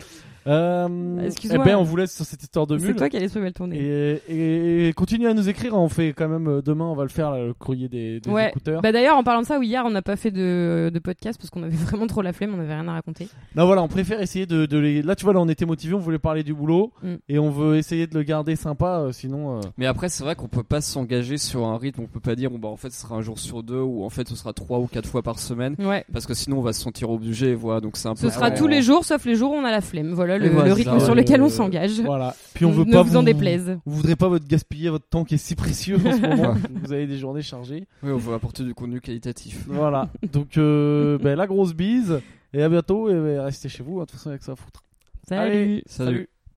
Speaker 1: Euh,
Speaker 2: Excuse-moi.
Speaker 1: Eh ben, on vous laisse sur cette histoire de
Speaker 2: C'est
Speaker 1: mule.
Speaker 2: toi qui allais se mal tourner.
Speaker 1: Et, et- et continuez à nous écrire, on fait quand même euh, demain, on va le faire là, le courrier des, des
Speaker 2: Ouais.
Speaker 1: écouteurs.
Speaker 2: Bah d'ailleurs, en parlant de ça, oui, hier, on n'a pas fait de, de podcast parce qu'on avait [LAUGHS] vraiment trop la flemme, on avait rien à raconter.
Speaker 1: Non voilà, on préfère essayer de, de les... Là tu vois, là on était motivé, on voulait parler du boulot
Speaker 2: Mm.
Speaker 1: et on veut essayer de le garder sympa, euh, sinon... euh,
Speaker 3: Mais après, c'est vrai qu'on peut pas s'engager sur un rythme. On peut pas dire, bon, bah en fait, ce sera un jour sur deux ou en fait, ce sera trois ou quatre fois par semaine.
Speaker 2: Ouais.
Speaker 3: Parce que sinon, on va se sentir obligé. Voilà, donc c'est un
Speaker 2: Ce
Speaker 1: Bah
Speaker 3: peu.
Speaker 2: sera
Speaker 3: on-
Speaker 2: tous les jours, sauf les jours où on a la flemme. Voilà le,
Speaker 3: Et voilà,
Speaker 2: le
Speaker 3: c'est ça,
Speaker 2: rythme sur
Speaker 1: ouais,
Speaker 2: lequel
Speaker 1: le-
Speaker 2: on s'engage.
Speaker 1: Voilà. Puis on veut
Speaker 2: ne
Speaker 1: pas...
Speaker 2: vous en déplaise.
Speaker 1: Vous voudrez pas votre gaspiller votre temps qui est si précieux
Speaker 2: [LAUGHS]
Speaker 1: en ce moment. vous avez des journées chargées.
Speaker 3: Oui, on veut apporter du contenu qualitatif.
Speaker 1: Voilà. Donc euh, ben, la grosse bise et à bientôt et ben, restez chez vous, hein, de toute façon avec ça à foutre.
Speaker 2: Salut.
Speaker 1: Allez,
Speaker 3: Salut.